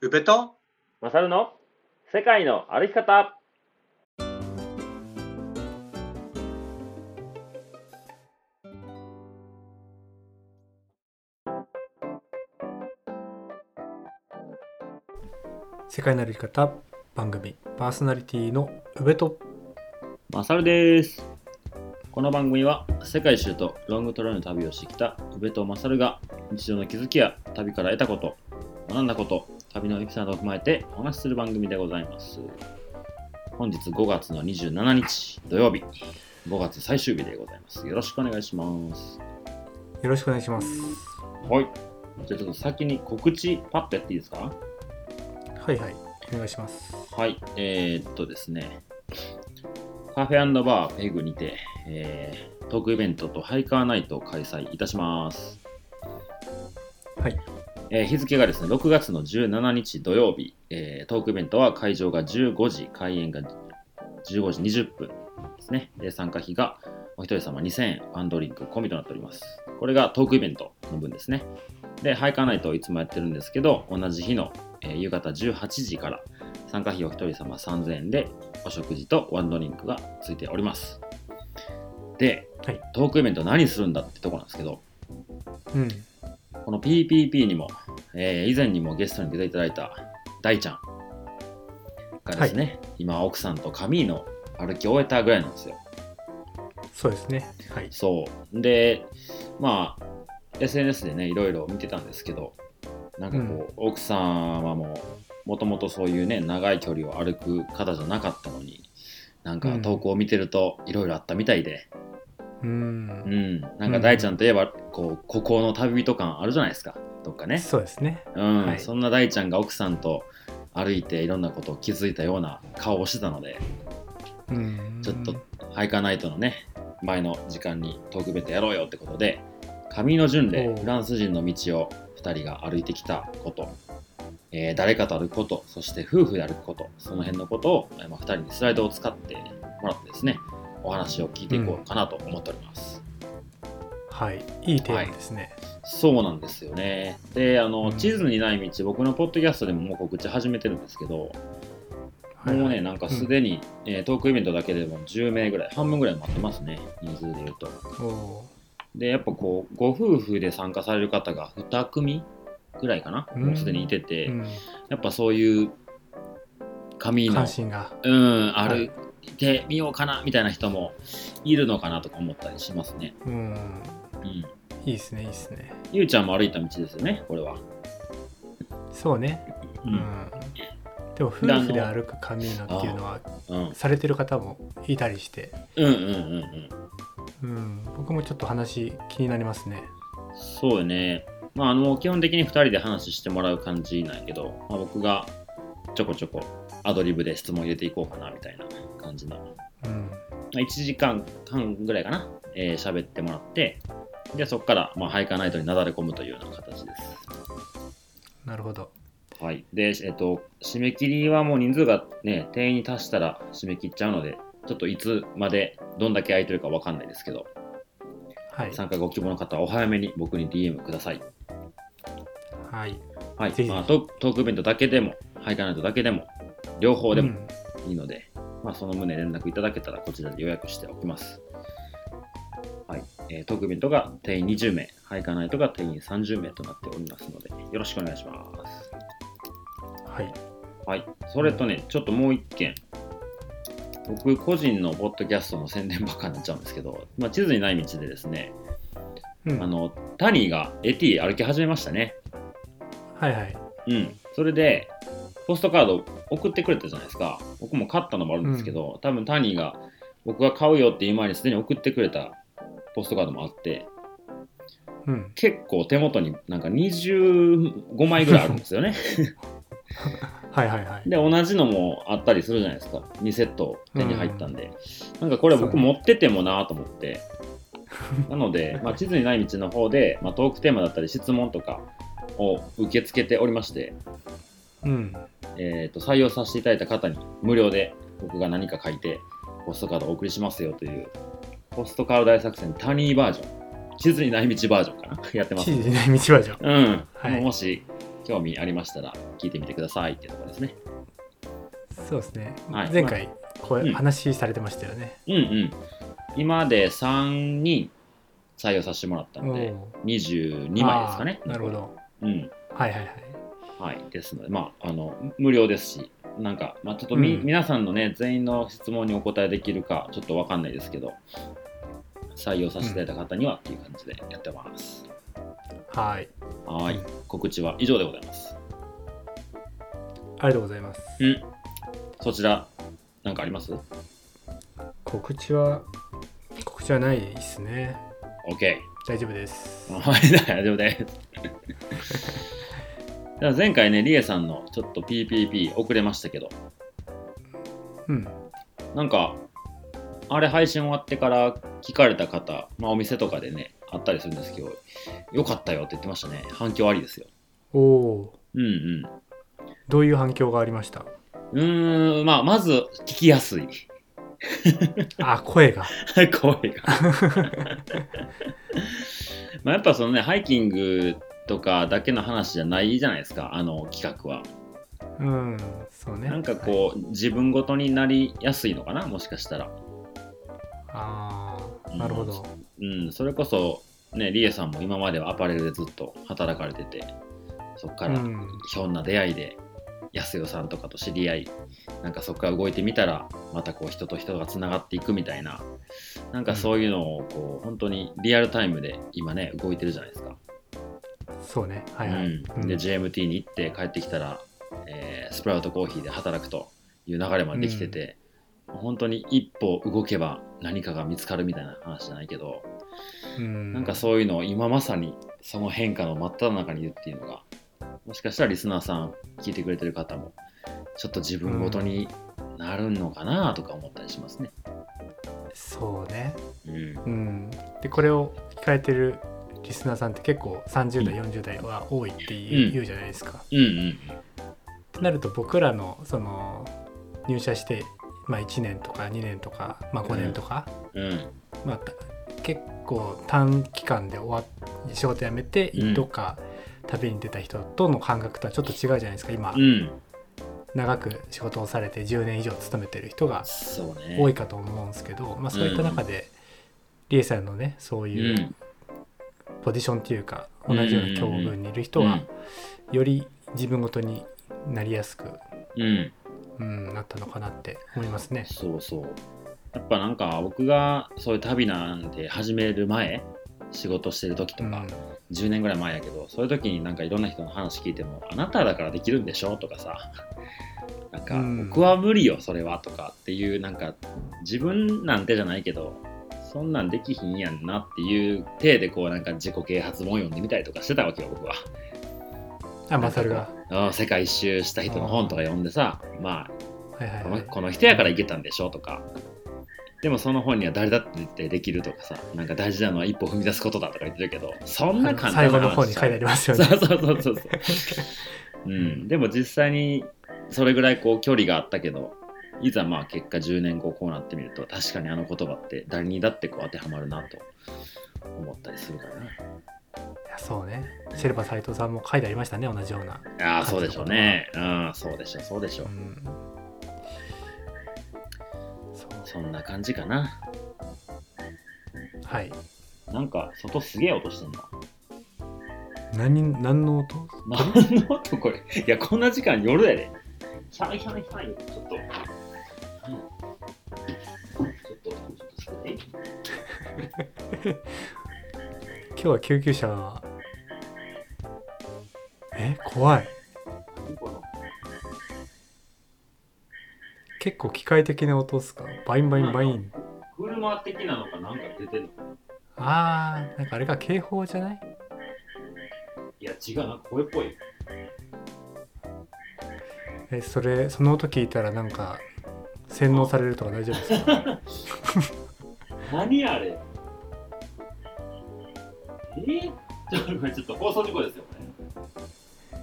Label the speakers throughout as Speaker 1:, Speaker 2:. Speaker 1: うべと
Speaker 2: マサルの世界の歩き方
Speaker 3: 世界の歩き方番組パーソナリティの宇部と
Speaker 2: マサルですこの番組は世界一周とロングトレイルの旅をしてきた宇部とマサルが日常の気づきや旅から得たこと学んだこと旅のエピソードを踏まえてお話しする番組でございます本日5月の27日土曜日5月最終日でございますよろしくお願いします
Speaker 3: よろしくお願いします
Speaker 2: はいじゃあちょっと先に告知パッとやっていいですか
Speaker 3: はいはいお願いします
Speaker 2: はい、えー、っとですね、カフェバーペグにて、えートークイベントとハイカーナイトを開催いたします。
Speaker 3: はい
Speaker 2: えー日付がですね、6月の17日土曜日、えートークイベントは会場が15時、開演が15時20分ですね。で参加費がお一人様2000円、ワンドリンク込みとなっております。これがトークイベントの分ですね。で、ハイカーナイトをいつもやってるんですけど、同じ日の、えー夕方18時から参加費を1人様3000円でお食事とワンドリンクがついておりますで、
Speaker 3: はい
Speaker 2: トークイベント何するんだってとこなんですけど
Speaker 3: うん
Speaker 2: この PPP にも、えー以前にもゲストに出ていただいた大ちゃんがですね、今奥さんと髪の歩き終えたぐらいなんですよ
Speaker 3: そうですねはい
Speaker 2: そうでまあ SNS でねいろいろ見てたんですけどなんかこう、奥さんはもうもともとそういうね長い距離を歩く方じゃなかったのになんか
Speaker 3: うん
Speaker 2: 投稿を見てるといろいろあったみたいで、
Speaker 3: う
Speaker 2: う
Speaker 3: ー
Speaker 2: ん
Speaker 3: ん
Speaker 2: なんか大ちゃんといえば、こう孤高の旅人感あるじゃないですかどっかね、
Speaker 3: そうですね
Speaker 2: うん
Speaker 3: はい
Speaker 2: そんな大ちゃんが奥さんと歩いていろんなことを気づいたような顔をしてたので
Speaker 3: うーん
Speaker 2: ちょっとハイカーナイトのね、前の時間にトークベッドやろうよってことで、髪の巡礼
Speaker 3: お、う
Speaker 2: フランス人の道を2人が歩いてきたこと、えー誰かと歩くこと、そして夫婦で歩くこと、その辺のことを、えーまあ、2人にスライドを使ってもらってですね、お話を聞いていこうかなと思っております。
Speaker 3: はいいいテーマですね
Speaker 2: そうなんですよね。で、あの、
Speaker 3: うん
Speaker 2: 地図にない道、僕のポッドキャストでももう告知始めてるんですけど、
Speaker 3: はい
Speaker 2: もうね、なんかすでに、えートークイベントだけでも10名ぐらい、半分ぐらい待ってますね、人数で言うと。
Speaker 3: おお
Speaker 2: でやっぱこうご夫婦で参加される方が2組ぐらいかな、
Speaker 3: うん
Speaker 2: もうすでにいてて、
Speaker 3: ーうん
Speaker 2: やっぱそういう紙の
Speaker 3: 関心が
Speaker 2: うん
Speaker 3: は
Speaker 2: 歩
Speaker 3: い
Speaker 2: いてみようかなみたいな人もいるのかなとか思ったりしますね、
Speaker 3: う
Speaker 2: う
Speaker 3: ん
Speaker 2: ん、
Speaker 3: いいですねいいですね
Speaker 2: ゆうちゃんも歩いた道ですよねこれは、
Speaker 3: そうね
Speaker 2: う
Speaker 3: うん、
Speaker 2: ん
Speaker 3: でも夫婦で歩くカミーノっていうのは
Speaker 2: うん、
Speaker 3: されてる方もいたりして
Speaker 2: うんうんうんうん
Speaker 3: うん僕もちょっと話気になりますね
Speaker 2: そうよねまああの基本的に2人で話してもらう感じなんやけど、まあ、僕がちょこちょこアドリブで質問入れていこうかなみたいな感じの
Speaker 3: うん
Speaker 2: まあ1時間半ぐらいかな、えー喋ってもらって、で、そこから、まあ、ハイカーナイトになだれ込むというような形です。
Speaker 3: なるほど
Speaker 2: はい。で、えっ、と、締め切りはもう人数がね、定員に達したら締め切っちゃうので、ちょっといつまでどんだけ空いてるかわかんないですけど、
Speaker 3: はい
Speaker 2: 参加ご希望の方はお早めに僕に DM ください。
Speaker 3: はい
Speaker 2: はい。
Speaker 3: ぜひぜひ
Speaker 2: まあ、トークトークイベントだけでも、ハイカーナイトだけでも、両方で
Speaker 3: う
Speaker 2: も
Speaker 3: ん
Speaker 2: いいので、まあ、その旨連絡いただけたらこちらで予約しておきます。はい。えー、トークイベントが定員20名、ハイカーナイトが定員30名となっておりますので、よろしくお願いします。
Speaker 3: はい
Speaker 2: はい。それとね、ちょっともう一件。僕個人のポッドキャストの宣伝ばっかになっちゃうんですけど、まあ、地図にない道でですね、
Speaker 3: うん
Speaker 2: あの、タニーが AT 歩き始めましたね。
Speaker 3: はいはい
Speaker 2: うん、それでポストカード送ってくれたじゃないですか僕も買ったのもあるんですけど、多分タニーが僕が買うよっていう前にすでに送ってくれたポストカードもあって
Speaker 3: うん
Speaker 2: 結構手元になんか25枚ぐらいあるんですよ ね
Speaker 3: はいはいはい
Speaker 2: で同じのもあったりするじゃないですか2セット手に入ったんで、なんかこれ僕
Speaker 3: そうね
Speaker 2: 持っててもなと思ってなの で、まあ、地図にない道の方で、まあ、トークテーマだったり質問とかを受け付けておりまして
Speaker 3: うん
Speaker 2: えー、と採用させていただいた方に無料で僕が何か書いてポストカードをお送りしますよというポストカード大作戦タニーバージョン地図にない道バージョンかなやってます
Speaker 3: 地図にない道バージョン
Speaker 2: うん、
Speaker 3: はい
Speaker 2: もし興味ありましたら聞いてみてくださいっていうところですね。
Speaker 3: そうですね、
Speaker 2: はい
Speaker 3: 前回こう
Speaker 2: うん
Speaker 3: 話されてましたよね、
Speaker 2: うんうん。今まで3人採用させてもらったので、
Speaker 3: お
Speaker 2: 22
Speaker 3: ー
Speaker 2: 枚ですかね
Speaker 3: あ。ーなるほ。ど
Speaker 2: うん。
Speaker 3: はいはいはい
Speaker 2: はい。ですので、まあ、あの、無料ですし、なんか、まあ、ちょっとみ、
Speaker 3: うん
Speaker 2: 皆さんのね、全員の質問にお答えできるか、ちょっとわかんないですけど、採用させていただいた方にはっていう感じでやってます。
Speaker 3: はい
Speaker 2: はーい。告知は以上でございます。
Speaker 3: ありがとうございます、
Speaker 2: うん。そちら、なんかあります
Speaker 3: 告知は告知はないですね
Speaker 2: ?OK。
Speaker 3: 大丈夫です
Speaker 2: はい、 大丈夫です。 だから前回ね、リエさんのちょっと PPP 遅れましたけど、
Speaker 3: うん
Speaker 2: なんか、あれ配信終わってから聞かれた方、まあ、お店とかでね、あったりするんですけど、よかったよって言ってましたね。反響ありですよ。
Speaker 3: おお
Speaker 2: うんうん。
Speaker 3: ーどういう反響がありました
Speaker 2: うーん、まあ、まず聞きやすい。
Speaker 3: あ声が
Speaker 2: 声が。 まあやっぱそのね、ハイキングとかだけの話じゃないじゃないですか、あの企画は。
Speaker 3: うんそうね
Speaker 2: なんかこう、自分ごとになりやすいのかなもしかしたら、
Speaker 3: ああなるほど、
Speaker 2: うん、それこそ、ね、リエさんも今まではアパレルでずっと働かれててそっか
Speaker 3: う
Speaker 2: ら
Speaker 3: ん
Speaker 2: ひょんな出会いで安代さんとかと知り合いなんかそこから動いてみたらまたこう人と人がつながっていくみたいななんかそういうのをこう本当にリアルタイムで今ね動いてるじゃないですか、
Speaker 3: そうねはいはい、
Speaker 2: うん、で GMT に行って帰ってきたら、えースプラウトコーヒーで働くという流れまでできてて、本当に一歩動けば何かが見つかるみたいな話じゃないけど、
Speaker 3: うん
Speaker 2: なんかそういうのを今まさにその変化の真っ只中にいるっていうのがもしかしたらリスナーさん聞いてくれてる方もちょっと自分ごとになるのかなとか思ったりしますね。
Speaker 3: そうね
Speaker 2: うん
Speaker 3: うん、でこれを控えてるリスナーさんって結構30代40代は多いって言う,、
Speaker 2: うん
Speaker 3: 言うじゃないですか。
Speaker 2: うんうん
Speaker 3: となると僕らのその入社して、まあ、1年とか2年とか、まあ、5年とか、
Speaker 2: うん
Speaker 3: まあ、た結構短期間で終わっ仕事辞めて
Speaker 2: うん
Speaker 3: どっか旅に出た人との感覚とはちょっと違うじゃないですか今、
Speaker 2: うん
Speaker 3: 長く仕事をされて10年以上勤めてる人が
Speaker 2: そうね。
Speaker 3: 多いかと思うんですけど、まあ、そういった中で、リエさんのねそう
Speaker 2: う
Speaker 3: いう、
Speaker 2: ん
Speaker 3: ポジションっていうか同じような境遇にいる人
Speaker 2: う
Speaker 3: は
Speaker 2: ん
Speaker 3: より自分ごとになりやすく、
Speaker 2: うん
Speaker 3: うん、なったのかなって思いますね。
Speaker 2: そうそう。やっぱなんか僕がそういう旅なんて始める前仕事してる時と
Speaker 3: う
Speaker 2: か、
Speaker 3: ん、
Speaker 2: 10年ぐらい前やけどそういう時になんかいろんな人の話聞いても「あなただからできるんでしょ?」とかさ「なんか
Speaker 3: うん
Speaker 2: 僕は無理よそれは」とかっていうなんか自分なんてじゃないけどそんなんできひんやんなっていう体でこうなんか自己啓発本読んでみたりとかしてたわけよ僕は。
Speaker 3: あマサルが。
Speaker 2: うん世界一周した人の本とか読んでさま
Speaker 3: はいは
Speaker 2: あ
Speaker 3: い
Speaker 2: こ
Speaker 3: は
Speaker 2: の
Speaker 3: い、
Speaker 2: この人やからいけたんでしょとか。でもその本には誰だってできるとかさなんか大事なのは一歩踏み出すことだとか言ってるけどそんな
Speaker 3: あの
Speaker 2: 簡
Speaker 3: 最
Speaker 2: 単
Speaker 3: 後
Speaker 2: な話
Speaker 3: の方に
Speaker 2: じゃ
Speaker 3: 書
Speaker 2: な
Speaker 3: いてありますよ
Speaker 2: そう
Speaker 3: ね。
Speaker 2: そうそうそうそう。うん、でも実際にそれぐらいこう距離があったけどいざまあ結果10年後こうなってみると確かにあの言葉って誰にだってこう当てはまるなと思ったりするか
Speaker 3: いやそうねシェルパ斎藤さんも書いてありましたね同じような。
Speaker 2: な。ああそうでしょうね。うんそうでしょうそうでしょ
Speaker 3: う
Speaker 2: う。
Speaker 3: ん、そう
Speaker 2: そんな感じかな。
Speaker 3: はい
Speaker 2: なんか外すげえ音してんな。
Speaker 3: 何何の音
Speaker 2: 何の音これいやこんな時間夜やで。シャイシャイシャイちょっと。ちょっとちょっと少ない
Speaker 3: 今日は救急車はえ怖い
Speaker 2: この
Speaker 3: 結構機械的な音ですかバインバインバイン。
Speaker 2: 車的なのかなんか出てるの
Speaker 3: あーなんかあれが警報じゃない
Speaker 2: いや違うな声っぽい
Speaker 3: えそれその音聞いたらなんか洗脳されるとか大丈夫ですか
Speaker 2: 何あれえちょっとこれちょっと放送事故ですよこれ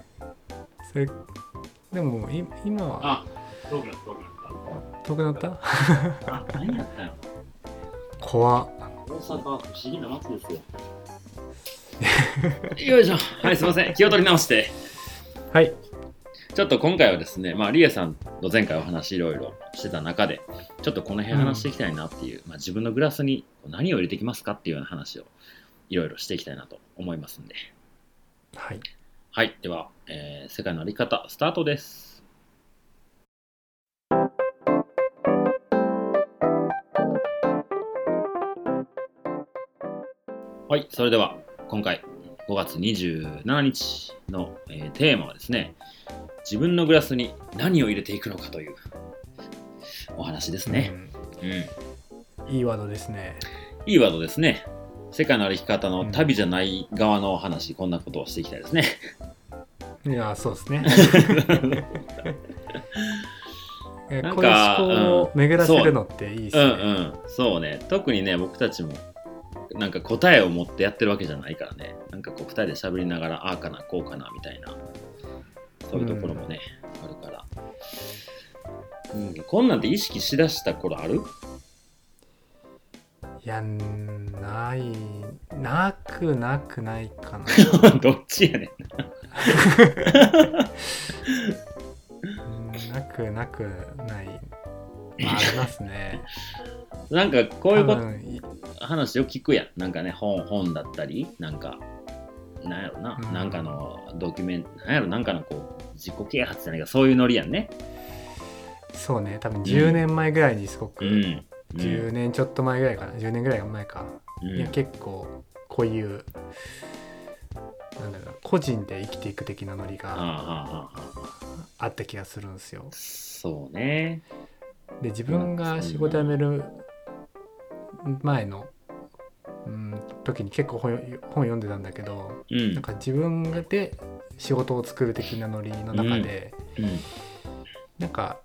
Speaker 3: それでもい今は
Speaker 2: あどうなったどうなっ
Speaker 3: 遠くなった
Speaker 2: たあ何やったんや
Speaker 3: 怖っ
Speaker 2: ろ大阪は不思議な街ですよよいしょはいすいません気を取り直して
Speaker 3: はい
Speaker 2: ちょっと今回はですね、まあ、リエさんの前回お話いろいろしてた中で、ちょっとこの辺話していきたいなっていう、まあ、自分のグラスに何を入れてきますかっていうような話をいろいろしていきたいなと思いますんで。
Speaker 3: はい
Speaker 2: はい、では、えー世界のあり方、スタートです。はい、それでは今回5月27日の、えーテーマはですね、自分のグラスに何を入れていくのかというお話ですね。うん、
Speaker 3: うんいいワードですね
Speaker 2: いいワードですね。世界の歩き方の旅じゃない側のお話、こんなことをしていきたいですね。
Speaker 3: いやそうですね え
Speaker 2: なん
Speaker 3: こういう
Speaker 2: か
Speaker 3: 思考を巡らせるのっていいです
Speaker 2: う
Speaker 3: ね、
Speaker 2: んうん、そうね。特にね、僕たちも、なんか答えを持ってやってるわけじゃないからね。なんかこう、二人で喋りながら、ああかな、こうかな、みたいな、そういうところもね、あるから。うん、こんなんて意識しだした頃ある
Speaker 3: いやないなくなくない かな
Speaker 2: どっちやねん。
Speaker 3: うんなくなくない、まあ、ありますね
Speaker 2: なんかこういうこ
Speaker 3: 多
Speaker 2: と
Speaker 3: 分い
Speaker 2: 話を聞くやん。なんかね、本、本だったり、なんか、なんやろな、
Speaker 3: うん
Speaker 2: なんかのドキュメント、なんやろ、なんかのこう、自己啓発じゃないか、そういうノリやんね。
Speaker 3: そうね多分10年前ぐらいにすごく、
Speaker 2: うん。うん
Speaker 3: 10年ちょっと前ぐらいかな10年ぐらい前か、
Speaker 2: うん
Speaker 3: いや結構こういうなんだろうな個人で生きていく的なノリ
Speaker 2: ああ
Speaker 3: が
Speaker 2: ああああ
Speaker 3: あった気がするんですよ
Speaker 2: そうね。
Speaker 3: で自分が仕事辞める前の、うん、時に結構本本読んでたんだけど
Speaker 2: うん。
Speaker 3: なんか自分で仕事を作る的なノリの中で、
Speaker 2: うん。
Speaker 3: なんか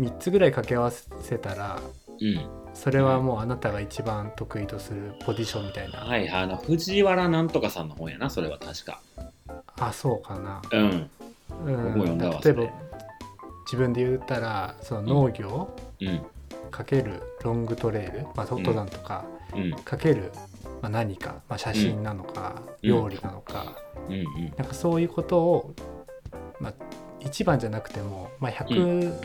Speaker 3: 3つぐらい掛け合わせたら
Speaker 2: うん。
Speaker 3: それはもうあなたが一番得意とするポジションみたいな
Speaker 2: はいはい。あの、藤原なんとかさんの本やな、それは確か。
Speaker 3: あそうかな、
Speaker 2: うん。
Speaker 3: う
Speaker 2: 僕も読んだわ
Speaker 3: 例え
Speaker 2: そ
Speaker 3: ば
Speaker 2: れ
Speaker 3: 自分で言ったらその農業
Speaker 2: うん。
Speaker 3: かけるロングトレイル、まあ、と登山とか
Speaker 2: うん。
Speaker 3: かける、まあ、何か、まあ、写真なのか、
Speaker 2: うん
Speaker 3: 料理なのか、
Speaker 2: うん。うん。
Speaker 3: なんかそういうことを、まあ、1番じゃなくても、まあ、100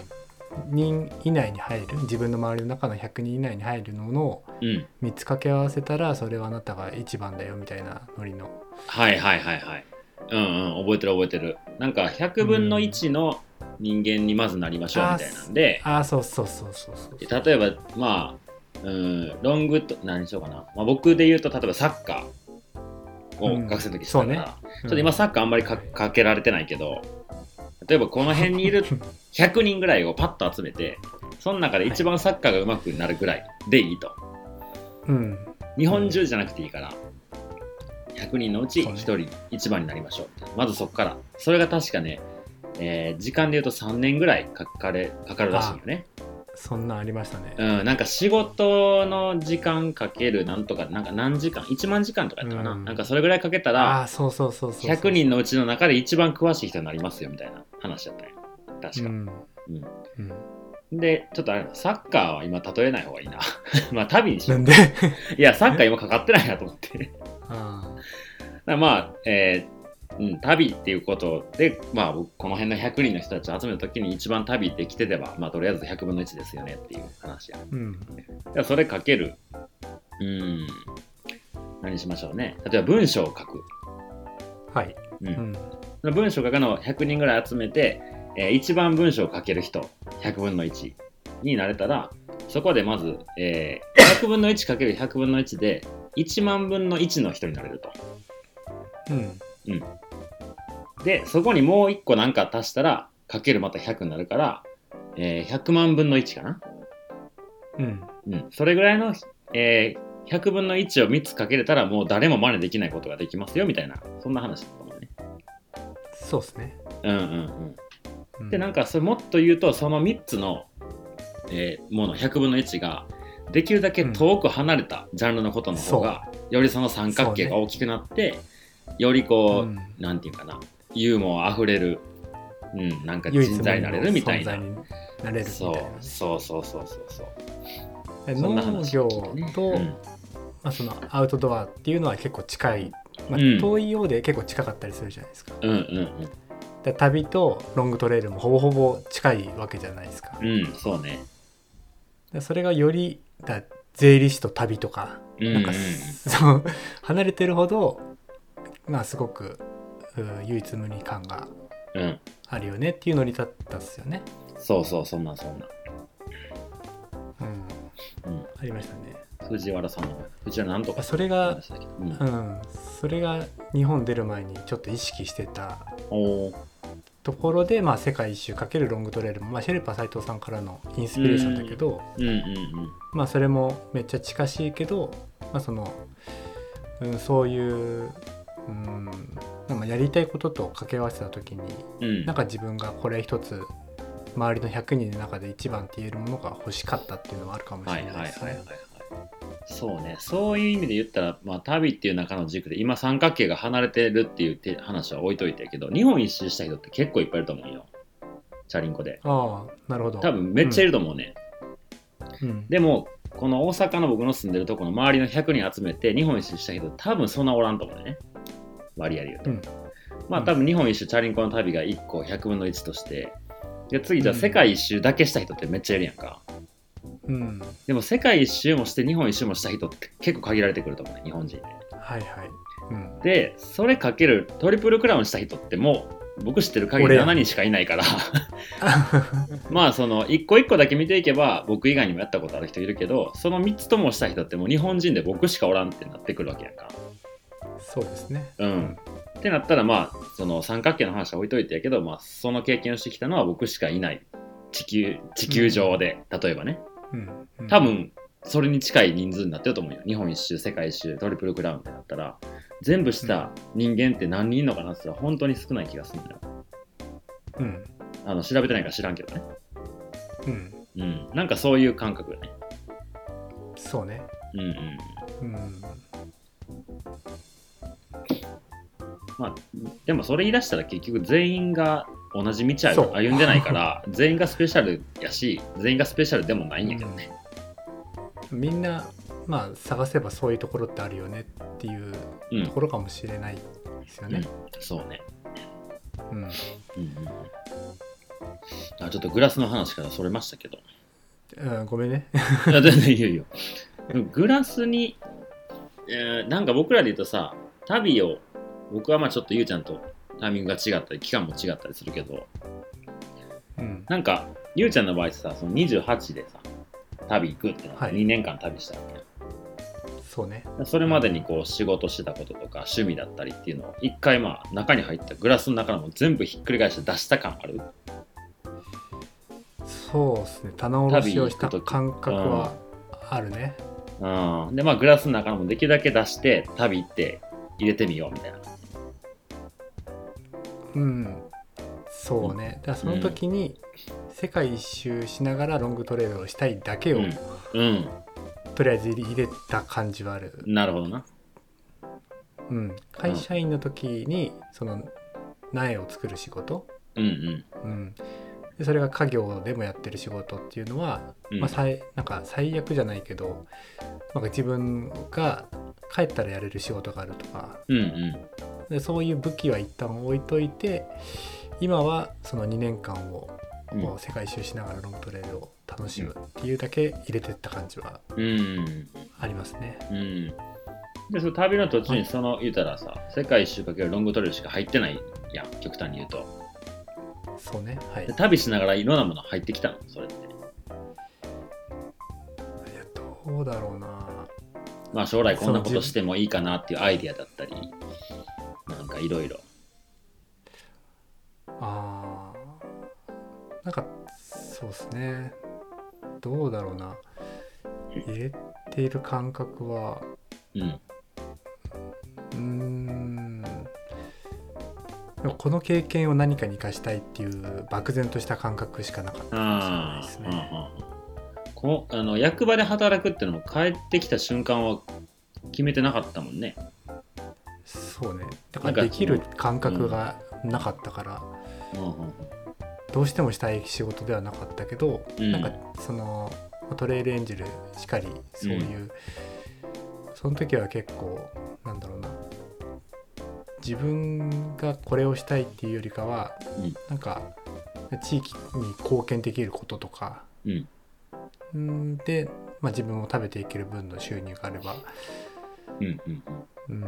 Speaker 3: 人以内に入る、自分の周りの中の100人以内に入るものを
Speaker 2: うん。
Speaker 3: 3つ掛け合わせたらそれはあなたが1番だよみたいなノリの
Speaker 2: はいはいはいはい。うんうん。覚えてる覚えてる。なんか、100分の1の人間にまずなりましょうみたいなんで、
Speaker 3: ああそうそうそうそうそう
Speaker 2: で例えば、まあ、うん、ロングと、何にしようかな。まあ、僕で言うと、例えばサッカーを学生の時にしてたから、
Speaker 3: うんそうね
Speaker 2: ちょっと今サッカーあんまりかかけられてないけど、例えばこの辺にい る100人ぐらいをパッと集めて、その中で一番サッカーが上手くなるぐらいでいいと。
Speaker 3: うん
Speaker 2: 日本中じゃなくていいから、100人のうち
Speaker 3: そう
Speaker 2: 1
Speaker 3: ね
Speaker 2: 人一番になりましょう。まずそこから。それが確かね、えー時間で言うと3年ぐらいかかれかかるらしいよね。
Speaker 3: そんなんありましたね、
Speaker 2: うん、なんか仕事の時間かけるなんとか、なんか何時間、1万時間とかやったかな。
Speaker 3: うん
Speaker 2: なんかそれぐらいかけた
Speaker 3: あ
Speaker 2: ら、
Speaker 3: あそうそうそうそうそう
Speaker 2: 100人のうちの中で一番詳しい人になりますよみたいな話だったよ。確
Speaker 3: う
Speaker 2: か。う
Speaker 3: ん
Speaker 2: ん
Speaker 3: うん、
Speaker 2: で、ちょっとあれ、サッカーは今例えない方がいいな。 まあ、旅にしよ
Speaker 3: な
Speaker 2: う。
Speaker 3: んで
Speaker 2: いや、サッカー今かかってないなと思って。 だか
Speaker 3: あ
Speaker 2: らまあ、えーうん、旅っていうことで、まあ、僕この辺の100人の人たちを集めた時に一番旅できてれば、まあ、とりあえず100分の1ですよねっていう話や。
Speaker 3: ーうん
Speaker 2: だからそれかける。うん。何しましょうね。例えば文章を書く。
Speaker 3: はい、
Speaker 2: うん
Speaker 3: うん、
Speaker 2: その文章を書くのを100人ぐらい集めて、えー一番文章を書ける人、100分の1になれたら、そこでまず、えー100分の1かける100分の1で、1万分の1の人になれると。
Speaker 3: うん
Speaker 2: で、そこにもう1個なんか足したら、かけるまた100になるから、えー100万分の1かな。
Speaker 3: うん
Speaker 2: うん。それぐらいの、えー100分の1を3つかけれたら、もう誰も真似できないことができますよ、みたいな、そんな話だと思うね。
Speaker 3: そうですね。
Speaker 2: うんうんうん。
Speaker 3: うん
Speaker 2: でなんかそれもっと言うとその3つの、えーもの100分の1ができるだけ遠く離れたジャンルのことの方が、よりその三角形が大きくなって、よりこう、
Speaker 3: うん
Speaker 2: なんていうかなユーモアあふれる、うん、なんか人材になれるみたいな
Speaker 3: 唯一無二の存在になれるみた
Speaker 2: そ
Speaker 3: いうな
Speaker 2: そうそうそうそうそう
Speaker 3: で
Speaker 2: そんな
Speaker 3: 農
Speaker 2: 話
Speaker 3: 業
Speaker 2: 聞いてね
Speaker 3: と、
Speaker 2: うん
Speaker 3: まあ、そのアウトドアっていうのは結構近い、まあ
Speaker 2: うん、
Speaker 3: 遠いようで結構近かったりするじゃないですか、
Speaker 2: うんうんうん
Speaker 3: で旅とロングトレイルもほぼほぼ近いわけじゃないですか。
Speaker 2: うん、そうね。
Speaker 3: でそれがよりだ税理士と旅とか
Speaker 2: うん、う
Speaker 3: なんんか、そう離れてるほど、まあ、すごくうん唯一無二感が
Speaker 2: うん。
Speaker 3: あるよねっていうのに立ったっすよね。
Speaker 2: そうそう、そんなんそんなん。
Speaker 3: うん、
Speaker 2: うん、
Speaker 3: ありましたね。
Speaker 2: 藤原さんの、藤原なんとか
Speaker 3: それが、
Speaker 2: さんでしたっけうん
Speaker 3: うん、それが日本出る前にちょっと意識してた
Speaker 2: おー
Speaker 3: ところで、まあ、世界一周かけるロングトレイルも、まあ、シェルパ斎藤さんからのインスピレーションだけど、
Speaker 2: うんうん
Speaker 3: まあ、それもめっちゃ近しいけど、まあそのうん、そういう、うん、なんかやりたいことと掛け合わせた時に
Speaker 2: うん。うん。
Speaker 3: なんか自分がこれ一つ周りの100人の中で一番って言えるものが欲しかったっていうのはあるかもし
Speaker 2: はい
Speaker 3: れ
Speaker 2: はい
Speaker 3: ない
Speaker 2: はい
Speaker 3: です
Speaker 2: はいはい
Speaker 3: ね。。
Speaker 2: そうね、そういう意味で言ったら、まあ、旅っていう中の軸で、今三角形が離れてるっていうて話は置いといてやけど、日本一周した人って結構いっぱいいると思うよ。チャリンコで。
Speaker 3: ああなるほど。
Speaker 2: 多分めっちゃいると思うね。
Speaker 3: うん、
Speaker 2: でも、この大阪の僕の住んでるとこの周りの100人集めて、日本一周した人多分そんなおらんと思うね。割合で言うと。
Speaker 3: うん
Speaker 2: まあ多分日本一周チャリンコの旅が1個100分の1として、で次じゃあ世界一周だけした人ってめっちゃいるやんか。
Speaker 3: うん、
Speaker 2: でも世界一周もして日本一周もした人って結構限られてくると思うね、日本人で。
Speaker 3: はいはい。うん、
Speaker 2: で、それかけるトリプルクラウンした人ってもう僕知ってる限り
Speaker 3: 俺や
Speaker 2: 7人しかいないから、 まあその一個一個だけ見ていけば僕以外にもやったことある人いるけど、その3つともした人ってもう日本人で僕しかおらんってなってくるわけやんか。
Speaker 3: そうですね。
Speaker 2: うん。ってなったらまあその三角形の話は置いといてやけど、まあその経験をしてきたのは僕しかいない。地球、地球上で、例えばね。
Speaker 3: うん、うん
Speaker 2: 多、分それに近い人数になってると思うよ日本一周世界一周トリプルクラウンってなったら全部した人間って何人いるのかなって言ったら本当に少ない気がするんだよ
Speaker 3: うん
Speaker 2: あの調べてないから知らんけどね
Speaker 3: うん、
Speaker 2: うんなんかそういう感覚よね
Speaker 3: そうね。
Speaker 2: うんうん
Speaker 3: うん、
Speaker 2: まあでもそれ言い出したら結局全員が同じ道
Speaker 3: そ
Speaker 2: 歩
Speaker 3: う
Speaker 2: 歩んでないから全員がスペシャルやし全員がスペシャルでもないんやけどね
Speaker 3: みんな、まあ、探せばそういうところってあるよねっていう
Speaker 2: うん、
Speaker 3: ところかもしれないですよね。
Speaker 2: そうね
Speaker 3: うん
Speaker 2: うんうんうんあちょっとグラスの話からそれましたけど
Speaker 3: うんごめんね。
Speaker 2: い や全然いいよいいよグラスに、えーなんか僕らで言うとさ旅を僕はまあちょっとゆうちゃんとタイミングが違ったり期間も違ったりするけど
Speaker 3: うん、
Speaker 2: なんかゆうちゃんの場合さその28でさ旅行くってなって
Speaker 3: はい
Speaker 2: 2年間旅したわけやん、
Speaker 3: そうね。
Speaker 2: それまでにこう仕事してたこととか趣味だったりっていうのを一回まあ中に入ったグラスの中のも全部ひっくり返して出した感ある
Speaker 3: そうですね。棚卸しをした
Speaker 2: 旅行く時
Speaker 3: 感覚はあるね。
Speaker 2: うんでまあグラスの中のもできるだけ出して旅行って入れてみようみたいな
Speaker 3: うん、そうね。だからその時に、世界一周しながらロングトレードをしたいだけを、
Speaker 2: うんうん
Speaker 3: とりあえず入れた感じはある。
Speaker 2: なるほどな
Speaker 3: うん、会社員の時にその苗を作る仕事、
Speaker 2: うんうん
Speaker 3: うん、でそれが家業でもやってる仕事っていうのは、
Speaker 2: うん
Speaker 3: まあ、最なんか最悪じゃないけどなんか自分が帰ったらやれる仕事があるとか
Speaker 2: うんうん
Speaker 3: でそういう武器は一旦置いといて今はその2年間を
Speaker 2: うん
Speaker 3: こう世界一周しながらロングトレードを楽しむっていうだけ入れてった感じは
Speaker 2: うん
Speaker 3: ありますね。
Speaker 2: うんでその旅の途中にその言うたらさ世界一周かけるロングトレイルしか入ってないやん極端に言うと
Speaker 3: そうね、はい、い
Speaker 2: で旅しながらいろんなもの入ってきたのそれって
Speaker 3: やどうだろうな
Speaker 2: まあ将来こんなことしてもいいかなっていうアイディアだったりなんかいろいろ
Speaker 3: あーなんかそうですねどうだろうな入れている感覚は
Speaker 2: うん
Speaker 3: うーんでもこの経験を何かに生かしたいっていう漠然とした感覚しかなかった
Speaker 2: あ
Speaker 3: かもし
Speaker 2: あ、
Speaker 3: れないですね。
Speaker 2: うんうんうんこあの役場で働くっていうのも帰ってきた瞬間は決めてなかったもんね
Speaker 3: そうねだ
Speaker 2: な
Speaker 3: か
Speaker 2: んから
Speaker 3: できる感覚がなかったから、
Speaker 2: うんうん
Speaker 3: どうしてもしたい仕事ではなかったけど、
Speaker 2: うん
Speaker 3: なんかそのトレイルエンジェルしかりそういう、その時は結構なんだろうな自分がこれをしたいっていうよりかは、
Speaker 2: うん
Speaker 3: なんか地域に貢献できることとか、
Speaker 2: うん
Speaker 3: うんで、まあ、自分も食べていける分の収入があれば、
Speaker 2: うんうん
Speaker 3: うん、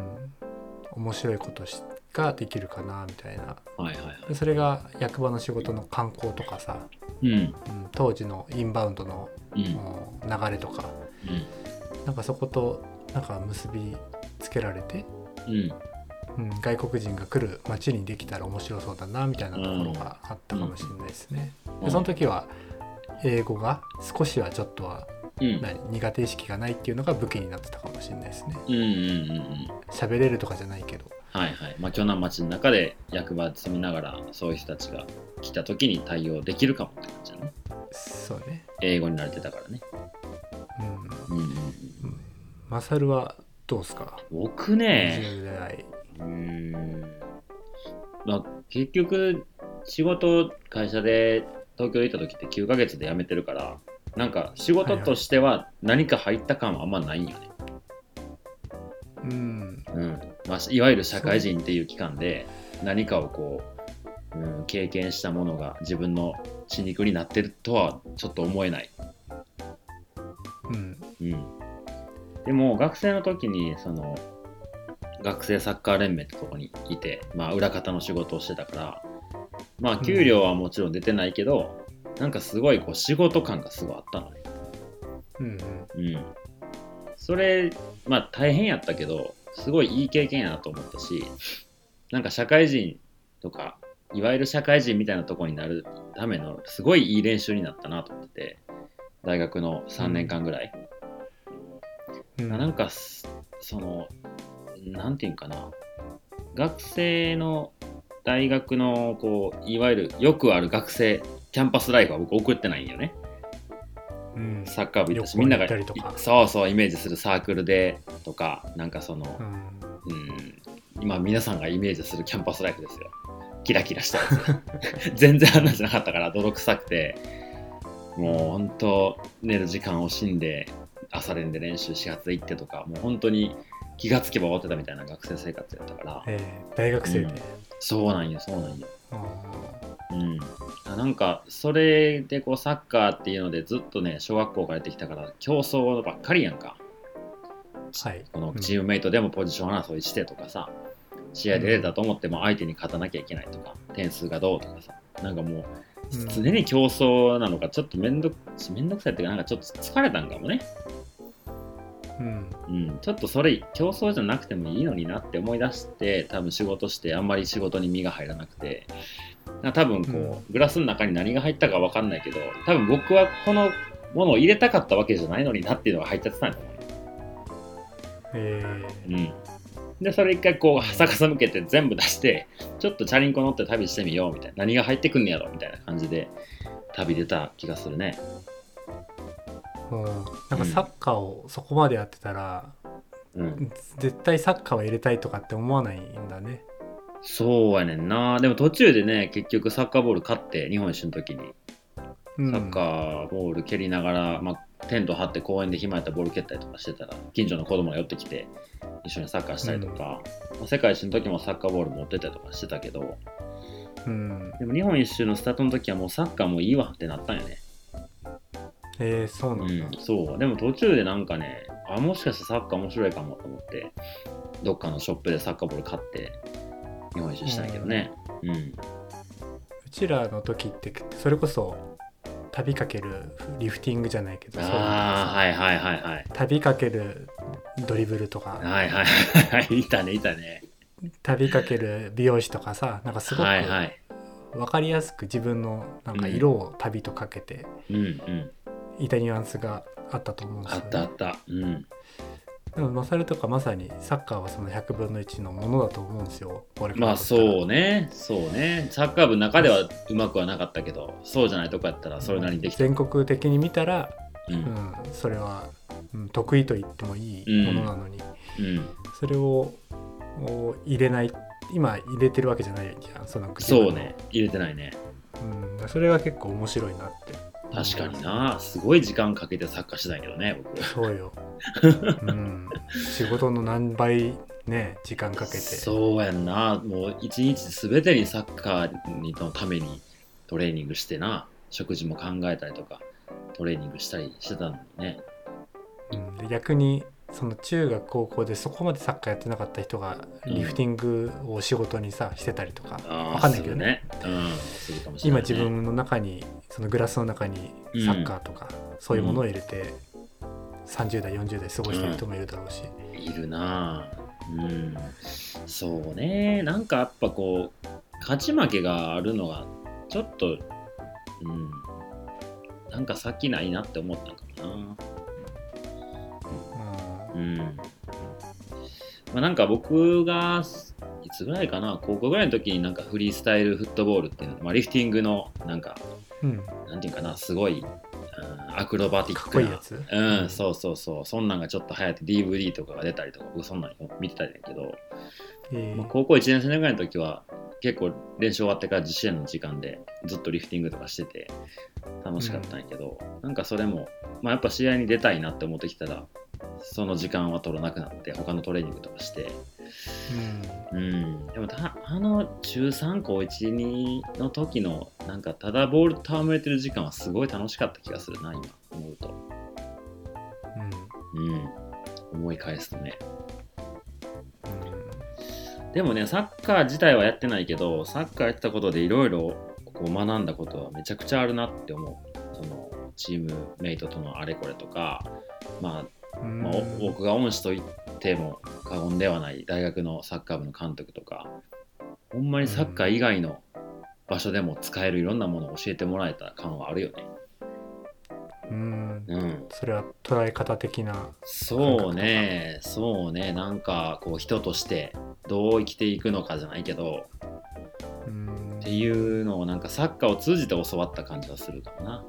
Speaker 3: 面白いことしができるかなみたいな
Speaker 2: うん。はいはいはい。
Speaker 3: でそれが役場の仕事の観光とかさ、
Speaker 2: うん
Speaker 3: うん、当時のインバウンドの
Speaker 2: うんうん
Speaker 3: もう流れとかなんかそことなんか結びつけられて、
Speaker 2: うん
Speaker 3: うん、外国人が来る街にできたら面白そうだなみたいなところがあったかもしれないですね。
Speaker 2: うん
Speaker 3: でその時は英語が少しはちょっとは
Speaker 2: うん
Speaker 3: 何苦手意識がないっていうのが武器になってたかもしれないですね。
Speaker 2: うんうんうん。
Speaker 3: 喋れるとかじゃないけど。
Speaker 2: はいはい。まあ、鋸南町の中で役場住みながら、そういう人たちが来た時に対応できるかもって感じだね。
Speaker 3: そうね。
Speaker 2: 英語に慣れてたからね。
Speaker 3: うん。
Speaker 2: うんうんうん。
Speaker 3: マサルはどうですか、
Speaker 2: 僕ね、
Speaker 3: ?20 代。
Speaker 2: うーん。まあ、結局、仕事、会社で東京行った時って9ヶ月で辞めてるから、なんか仕事としては何か入った感はあんまないんよね。
Speaker 3: うん。
Speaker 2: うんまあ、いわゆる社会人っていう期間で何かをこう、うん、経験したものが自分の血肉になってるとはちょっと思えない、
Speaker 3: うん。
Speaker 2: うん、でも学生の時にその学生サッカー連盟ってとこにいて、まあ、裏方の仕事をしてたからまあ
Speaker 3: うん
Speaker 2: 給料はもちろん出てないけど、なんかすごいこう仕事感がすごいあったのね
Speaker 3: うん。
Speaker 2: うん、それ、まあ大変やったけど、すごいいい経験やなと思ったし、なんか社会人とか、いわゆる社会人みたいなとこになるための、すごいいい練習になったなと思ってて、大学の3年間ぐらい。
Speaker 3: うん。
Speaker 2: なんかす、その、なんていうんかな、学生の大学の、こう、いわゆるよくある学生、キャンパスライフは僕送ってないんよね。
Speaker 3: うん。
Speaker 2: サッカー部行ったし、み
Speaker 3: 旅
Speaker 2: んな
Speaker 3: 行に行
Speaker 2: が
Speaker 3: ったりとか
Speaker 2: いそうそうイメージするサークルでとか、なんかその
Speaker 3: う、ん。
Speaker 2: うん、今皆さんがイメージするキャンパスライフですよ。キラキラしたやつ。 全然話しなかったから泥臭くて、もう本当寝る時間を惜しんで、朝練で練習始発で行ってとか、もう本当に気がつけば終わってたみたいな学生生活やったから、
Speaker 3: えー大学生で。
Speaker 2: うんそうなんよ、そうなんよ。
Speaker 3: あ
Speaker 2: うん、あなんかそれでこうサッカーっていうのでずっとね小学校からやってきたから競争ばっかりやんか
Speaker 3: ーはい。
Speaker 2: このチームメイトでもポジション争いしてとかさ試合で出たと思っても相手に勝たなきゃいけないとか点数がどうとかさなんかもう
Speaker 3: うん
Speaker 2: 常に競争なのかちょっとめんどくめんどくさいっていうかなんかちょっと疲れたんかもね、
Speaker 3: うん。
Speaker 2: うん、ちょっとそれ競争じゃなくてもいいのになって思い出して多分仕事してあんまり仕事に身が入らなくてな多分こう、グラスの中に何が入ったか分かんないけど多分僕はこのものを入れたかったわけじゃないのになっていうのが入っちゃってたんだと思
Speaker 3: え
Speaker 2: う、うん、でそれ一回こう逆さ向けて全部出してちょっとチャリンコ乗って旅してみようみたいな何が入ってくんねやろみたいな感じで旅出た気がするね
Speaker 3: ーもうなんかサッカーをそこまでやってたら、
Speaker 2: うん
Speaker 3: 絶対サッカーは入れたいとかって思わないんだね。
Speaker 2: そうやねんなでも途中でね結局サッカーボール勝って日本一周の時に
Speaker 3: うん、
Speaker 2: サッカーボール蹴りながら、まあ、テント張って公園で暇やったらボール蹴ったりとかしてたら近所の子供が寄ってきて一緒にサッカーしたりとか、まあ世界一周の時もサッカーボール持ってたりとかしてたけど
Speaker 3: うん。
Speaker 2: でも日本一周のスタートの時はもうサッカーもういいわってなったんよね、
Speaker 3: えー、そうなんだ。
Speaker 2: そうでも途中でなんかねあもしかしてサッカー面白いかもと思ってどっかのショップでサッカーボール買って日本一周したんやけどねうん、
Speaker 3: うちらの時ってそれこそ旅かけるリフティングじゃないけどそういうのとか
Speaker 2: ああ
Speaker 3: さ
Speaker 2: はいはいはいはい
Speaker 3: 旅かけるドリブルとか
Speaker 2: はいはいはいはいいたねいたね
Speaker 3: 旅かける美容師とかさなんかすごく
Speaker 2: はいは
Speaker 3: 分
Speaker 2: い
Speaker 3: かりやすく自分のなんか色を旅とかけて
Speaker 2: うんうん
Speaker 3: いたニュアンスがあったと思うんです
Speaker 2: あ
Speaker 3: よ、ね、
Speaker 2: ったあったうん
Speaker 3: でもマサルとかまさにサッカーはその100分の1のものだと思うんですよ俺から
Speaker 2: まあ
Speaker 3: としたら
Speaker 2: そうね、そうね、サッカー部の中ではうまくはなかったけど、そうじゃないとこやったらそれなりにできた。
Speaker 3: 全国的に見たら、
Speaker 2: うん、う、
Speaker 3: うんん、それは、うん、得意と言ってもいいものなのに、それをを入れない今入れてるわけじゃないじゃんその口の
Speaker 2: そうね、入れてないね。
Speaker 3: うん、それが結構面白いなって
Speaker 2: 確かにな、すごい時間 かけてサッカーしてたんやけどね、僕。
Speaker 3: そうよ、うん、仕事の何倍ね時間かけて
Speaker 2: そうやんなもう一日全てにサッカーにのためにトレーニングしてな食事も考えたりとかトレーニングしたりしてたのにね
Speaker 3: うん、で逆にその中学高校でそこまでサッカーやってなかった人が
Speaker 2: うん
Speaker 3: リフティングを仕事にさしてたりとか、
Speaker 2: あ
Speaker 3: わ
Speaker 2: あ
Speaker 3: かんないけどね
Speaker 2: するねうんするかもしれな
Speaker 3: 今
Speaker 2: いね、
Speaker 3: 自分の中にそのグラスの中にサッカーとか、そういうものを入れて、30代40代過ごしてる人もいるだろうし、
Speaker 2: いるなあうんそうねなんかやっぱこう勝ち負けがあるのがちょっとうんなんか先ないなって思ったのかなうんまあなんか僕がいつぐらいかな高校ぐらいの時になんかフリースタイルフットボールっていうの、まあ、リフティングのなんか
Speaker 3: うんうん
Speaker 2: なんていうかなすごい、うんアクロバティ
Speaker 3: か
Speaker 2: ッ
Speaker 3: っこ
Speaker 2: ク
Speaker 3: いいや
Speaker 2: な
Speaker 3: つ、
Speaker 2: うん、そうそうそうそんなんがちょっと流行って DVD とかが出たりとか僕そんなん見てたんやけど、
Speaker 3: えー
Speaker 2: まあ高校1年生ぐらいの時は結構練習終わってから自主練の時間でずっとリフティングとかしてて楽しかったんやけど、なんかそれも、まあ、やっぱ試合に出たいなって思ってきたらその時間は取らなくなって他のトレーニングとかしてうんでもたあの中3高12の時のなんかただボールと戯れてる時間はすごい楽しかった気がするな今思うと
Speaker 3: うんうん
Speaker 2: うん思い返すとね
Speaker 3: うん
Speaker 2: でもね、サッカー自体はやってないけど、サッカーやってたことでいろいろこう学んだことはめちゃくちゃあるなって思う。そのチームメイトとのあれこれとか、ま
Speaker 3: う
Speaker 2: あ、
Speaker 3: ん
Speaker 2: まあお僕が恩師と言っても過言ではない大学のサッカー部の監督とか、ほんまにサッカー以外の場所でも使えるいろんなものを教えてもらえた感はあるよね。
Speaker 3: うん
Speaker 2: うん。
Speaker 3: それは捉え方的な
Speaker 2: そうね、そうね、なんかこう人としてどう生きていくのかじゃないけど、
Speaker 3: うん
Speaker 2: っていうのをなんかサッカーを通じて教わった感じはするかな。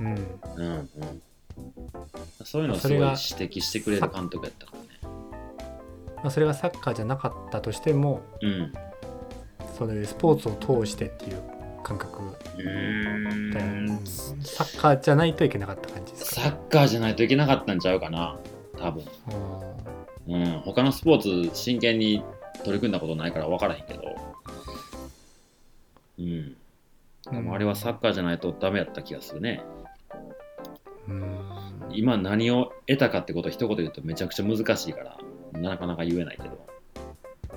Speaker 3: うん
Speaker 2: うんうん、そういうのをす
Speaker 3: そ
Speaker 2: ごい指
Speaker 3: れが
Speaker 2: 摘してくれる監督やったからね。
Speaker 3: まあ、それがサッカーじゃなかったとしても
Speaker 2: うん。
Speaker 3: それスポーツを通してっていう感覚
Speaker 2: うーん
Speaker 3: サッカーじゃないといけなかった感じです
Speaker 2: サ
Speaker 3: か、
Speaker 2: ッカーじゃないといけなかったんちゃうかな、多分。
Speaker 3: う
Speaker 2: うん、他のスポーツ真剣に取り組んだことないから分からへんけど。うん。でもあれはサッカーじゃないとダメやった気がするね。
Speaker 3: うん
Speaker 2: 今何を得たかってことを一言言うとめちゃくちゃ難しいから、なかなか言えないけど。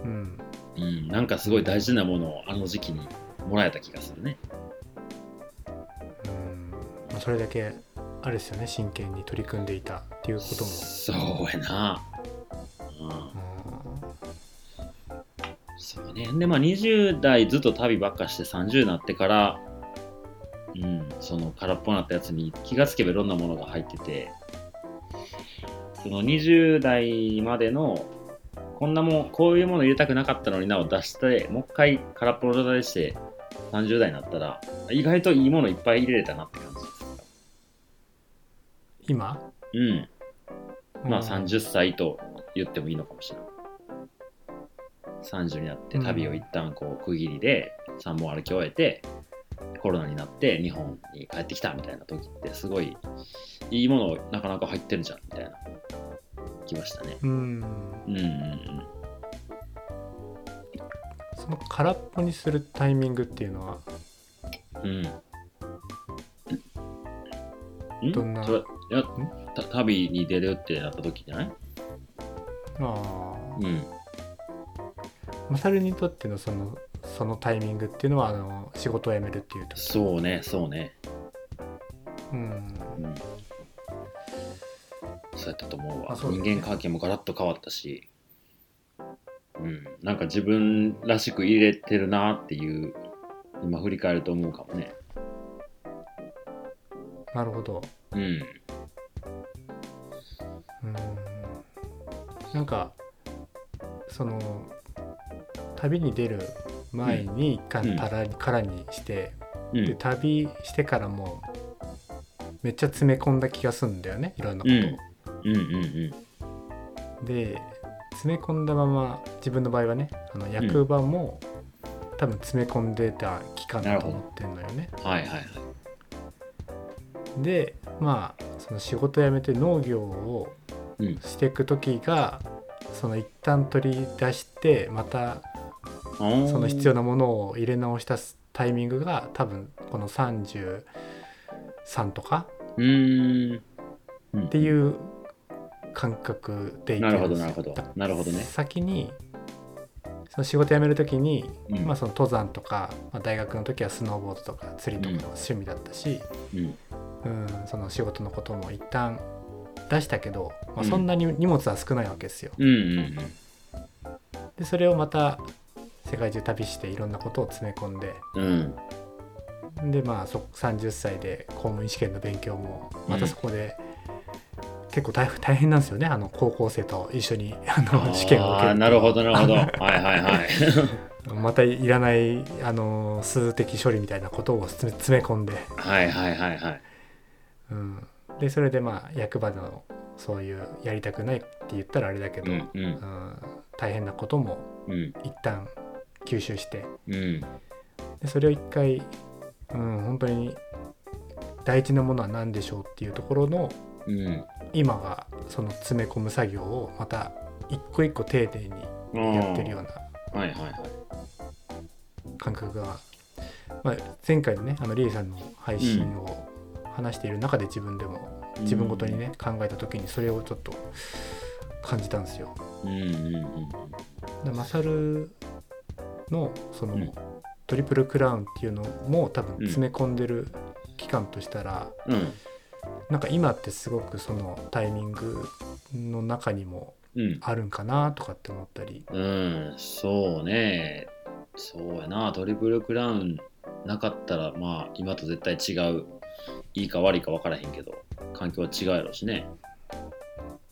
Speaker 3: うん
Speaker 2: うん、なんかすごい大事なものをあの時期にもらえた気がするね。
Speaker 3: うんまあそれだけあれですよね真剣に取り組んでいたっていうこと
Speaker 2: そうやな。うん、
Speaker 3: も、
Speaker 2: そうね。で、まあ20代ずっと旅ばっかして30になってから、うん、その空っぽになったやつに気がつけばいろんなものが入ってて、その20代までのこんなもん、こういうもの入れたくなかったのになを出して、もう一回空っぽの状態にして30代になったら、意外といいものいっぱい入れれたなって感じです。
Speaker 3: うん、今
Speaker 2: うん。まあ
Speaker 3: うん
Speaker 2: 30歳と言ってもいいのかもしれない。30になって
Speaker 3: うん
Speaker 2: 旅を一旦こう区切りで3本歩き終えてコロナになって日本に帰ってきたみたいな時ってすごいいいものなかなか入ってるじゃんみたいな気ましたね。
Speaker 3: うん
Speaker 2: うんうんうん。
Speaker 3: その空っぽにするタイミングっていうのは
Speaker 2: うん。
Speaker 3: どんな
Speaker 2: それいやた旅に出るってなった時じゃない
Speaker 3: あ
Speaker 2: うん。
Speaker 3: あマサルにとってのそのそのタイミングっていうのはあの仕事を辞めるっていうと
Speaker 2: そうね、そうね。
Speaker 3: うん
Speaker 2: うんそうやったと思うわ
Speaker 3: あそうだよね
Speaker 2: 人間関係もガラッと変わったし、うん、なんか自分らしく入れてるなっていう今振り返ると思うかもね
Speaker 3: なるほど
Speaker 2: うん
Speaker 3: うんなんかその旅に出る前に一
Speaker 2: うん
Speaker 3: 回から,、からにして、
Speaker 2: う
Speaker 3: で
Speaker 2: ん
Speaker 3: 旅してからもめっちゃ詰め込んだ気がするんだよねいろんなこと
Speaker 2: うんうん
Speaker 3: を。で詰め込んだまま自分の場合はねあの役場も、多分詰め込んでた期間だと思ってんのよね。
Speaker 2: うんはいはいはい
Speaker 3: でまあその仕事辞めて農業を
Speaker 2: うん
Speaker 3: していく時が、その一旦取り出してまたその必要なものを入れ直したタイミングが多分この33とか
Speaker 2: うーんうん
Speaker 3: っていう感覚でいて
Speaker 2: なるほどなるほどなるほどね
Speaker 3: 先にその仕事辞める時に、
Speaker 2: うん
Speaker 3: まあ、その登山とか、まあ、大学の時はスノーボードとか釣りとかの趣味だったし、
Speaker 2: うん
Speaker 3: うん、その仕事のことも一旦出したけど、まあ、そんなに荷物は少ないわけですよ。
Speaker 2: うんうん
Speaker 3: でそれをまた世界中旅していろんなことを詰め込んで
Speaker 2: うんうん
Speaker 3: でまあそ30歳で公務員試験の勉強もまたそこで、結構大変大変なんですよねあの高校生と一緒に あの試験を受け
Speaker 2: あー
Speaker 3: る
Speaker 2: なるほどなるほどはいはいはい
Speaker 3: またいらないあの数的処理みたいなことを詰め詰め込んで、
Speaker 2: はいはいはいはい
Speaker 3: うん、でそれでまあ役場のそういうやりたくないって言ったらあれだけ
Speaker 2: う
Speaker 3: ど、
Speaker 2: んうん
Speaker 3: うん大変なことも
Speaker 2: うん
Speaker 3: 一旦吸収して
Speaker 2: うん
Speaker 3: でそれを一回、うん、本当に大事なものは何でしょうっていうところの
Speaker 2: うん
Speaker 3: 今がその詰め込む作業をまた一個一個丁寧にやってるような
Speaker 2: あーはいはいはい
Speaker 3: 感覚が、まあ、前回のねあのリエさんの配信を話している中で自分でも自分ごとにね、考えた時にそれをちょっと感じたんですよ。
Speaker 2: うんうんうん
Speaker 3: でマサルのその、
Speaker 2: うん
Speaker 3: トリプルクラウンっていうのも多分詰め込んでる期間としたら、
Speaker 2: うん
Speaker 3: なんか今ってすごくそのタイミングの中にも
Speaker 2: うん
Speaker 3: あるんかなとかって思ったり、
Speaker 2: うんそうねそうやなトリプルクラウンなかったらまあ今と絶対違ういいか悪いか分からへんけど環境は違うやろうしね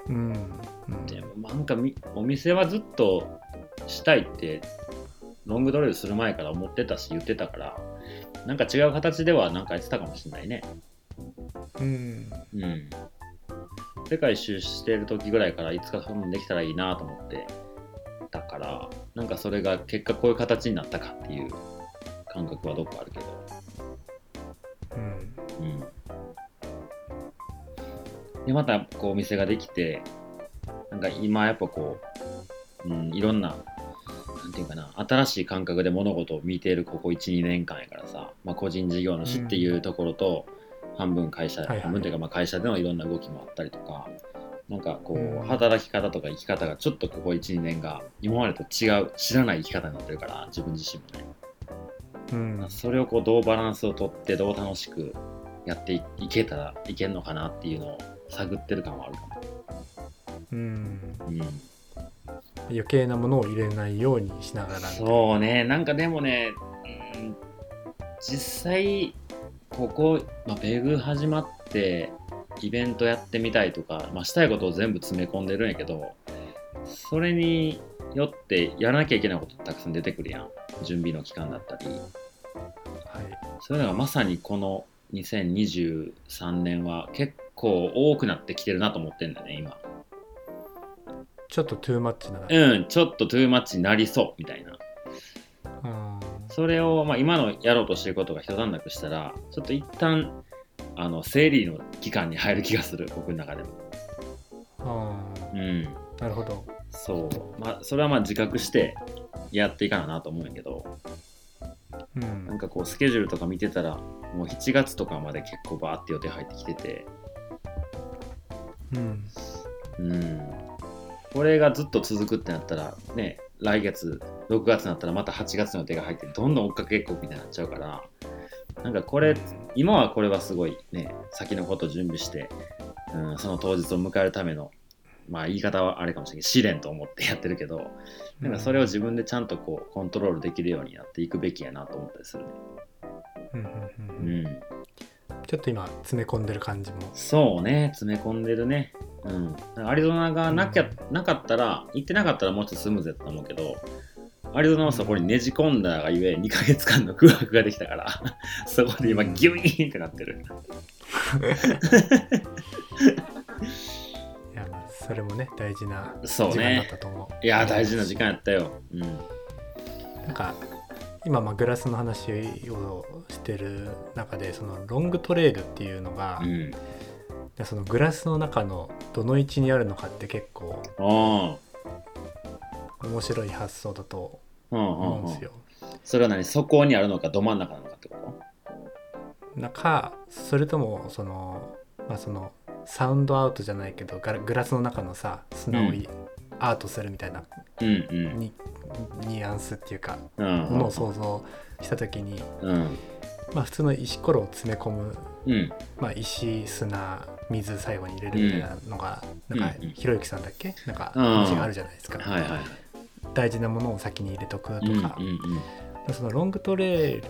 Speaker 3: うんうん
Speaker 2: でもなんかみお店はずっとしたいってロングドレルする前から思ってたし言ってたからなんか違う形ではなんかやってたかもしれないね
Speaker 3: うん
Speaker 2: うん世界一周してる時ぐらいからいつかそんなんできたらいいなと思ってたからなんかそれが結果こういう形になったかっていう感覚はどっかあるけど
Speaker 3: うん
Speaker 2: うん、でまたこうお店ができてなんか今やっぱこう、うん、いろんななんていうかな新しい感覚で物事を見ているここ12年間やからさ、まあ、個人事業主っていうところと、半分会社、
Speaker 3: はいはい
Speaker 2: 半分というかまあ会社でのいろんな動きもあったりとかなんかこう、
Speaker 3: うん
Speaker 2: 働き方とか生き方がちょっとここ12年が今までと違う知らない生き方になってるから自分自身もね。
Speaker 3: うん
Speaker 2: それをこうどうバランスをとってどう楽しくやっていいけたらいけんのかなっていうのを探ってる感はあるかも。
Speaker 3: うん
Speaker 2: うん、
Speaker 3: 余計なものを入れないようにしながらみたいな
Speaker 2: そうねなんかでもね、うん、実際ここ、まあ、ペグ始まってイベントやってみたいとか、まあ、したいことを全部詰め込んでるんやけどそれによってやらなきゃいけないことってたくさん出てくるやん準備の期間だったり。
Speaker 3: はい
Speaker 2: そういうのがまさにこの2023年は結構多くなってきてるなと思ってんだよね、今。
Speaker 3: ちょっとトゥーマッチな、
Speaker 2: うん、ちょっとトゥーマッチになりそうみたいな。
Speaker 3: うん
Speaker 2: それを、まあ、今のやろうとしてることが一段落したら、ちょっと一旦、あの、整理の期間に入る気がする、僕の中でも。
Speaker 3: あ
Speaker 2: うん。
Speaker 3: ーなるほど
Speaker 2: そう。まあ、それはまあ自覚してやっていかななと思うんやけど、
Speaker 3: う
Speaker 2: なん
Speaker 3: ん
Speaker 2: かこう、スケジュールとか見てたら、もう7月とかまで結構バーって予定入ってきてて、
Speaker 3: うん
Speaker 2: うん、これがずっと続くってなったらね来月6月になったらまた8月の予定が入ってどんどん追っかけっこみたいになっちゃうからなんかこれ今はこれはすごいね先のことを準備して、うん、その当日を迎えるためのまあ言い方はあれかもしれない試練と思ってやってるけどなんかそれを自分でちゃんとこうコントロールできるようになっていくべきやなと思ったりするね。
Speaker 3: うんうんうん
Speaker 2: う
Speaker 3: うん
Speaker 2: ん、
Speaker 3: ちょっと今詰め込んでる感じも
Speaker 2: そうね、詰め込んでるね。うん、アリゾナがなきゃ、なかったら、行ってなかったらもうちょっとスムーズやったと思うけど、アリゾナはそこにねじ込んだがゆえ、2ヶ月間の空白ができたから、 そこで今、ギュイーンってなってる。
Speaker 3: いやまあそれもね大事な
Speaker 2: そう
Speaker 3: 時間だっ
Speaker 2: ね。
Speaker 3: たと思う
Speaker 2: いや、大事な時間やったよ。うん。
Speaker 3: なんか今まあグラスの話をしてる中でそのロングトレイルっていうのが、
Speaker 2: うん。
Speaker 3: そのグラスの中のどの位置にあるのかって結構
Speaker 2: ああ、
Speaker 3: 面白い発想だと
Speaker 2: うん
Speaker 3: 思う
Speaker 2: うん
Speaker 3: ん
Speaker 2: う
Speaker 3: で
Speaker 2: ん
Speaker 3: すよ。
Speaker 2: それは何そこにあるのかど真ん中なのかってこ
Speaker 3: なんかそれともそのまあそのサウンドアウトじゃないけどガラグラスの中のさ砂をいアートするみたいな
Speaker 2: とうんうん
Speaker 3: にニュアンスっていうか
Speaker 2: うん
Speaker 3: ものを想像した時に、
Speaker 2: うん
Speaker 3: まあ、普通の石ころを詰め込む、
Speaker 2: うん
Speaker 3: まあ、石砂水最後に入れるみたいなのが、
Speaker 2: うん
Speaker 3: なんか
Speaker 2: うんうん
Speaker 3: ひろゆきさんだっけなんか
Speaker 2: うん
Speaker 3: 道があるじゃないですか、
Speaker 2: はいはい
Speaker 3: 大事なものを先に入れとくと
Speaker 2: うんうん
Speaker 3: か、そのロングトレイル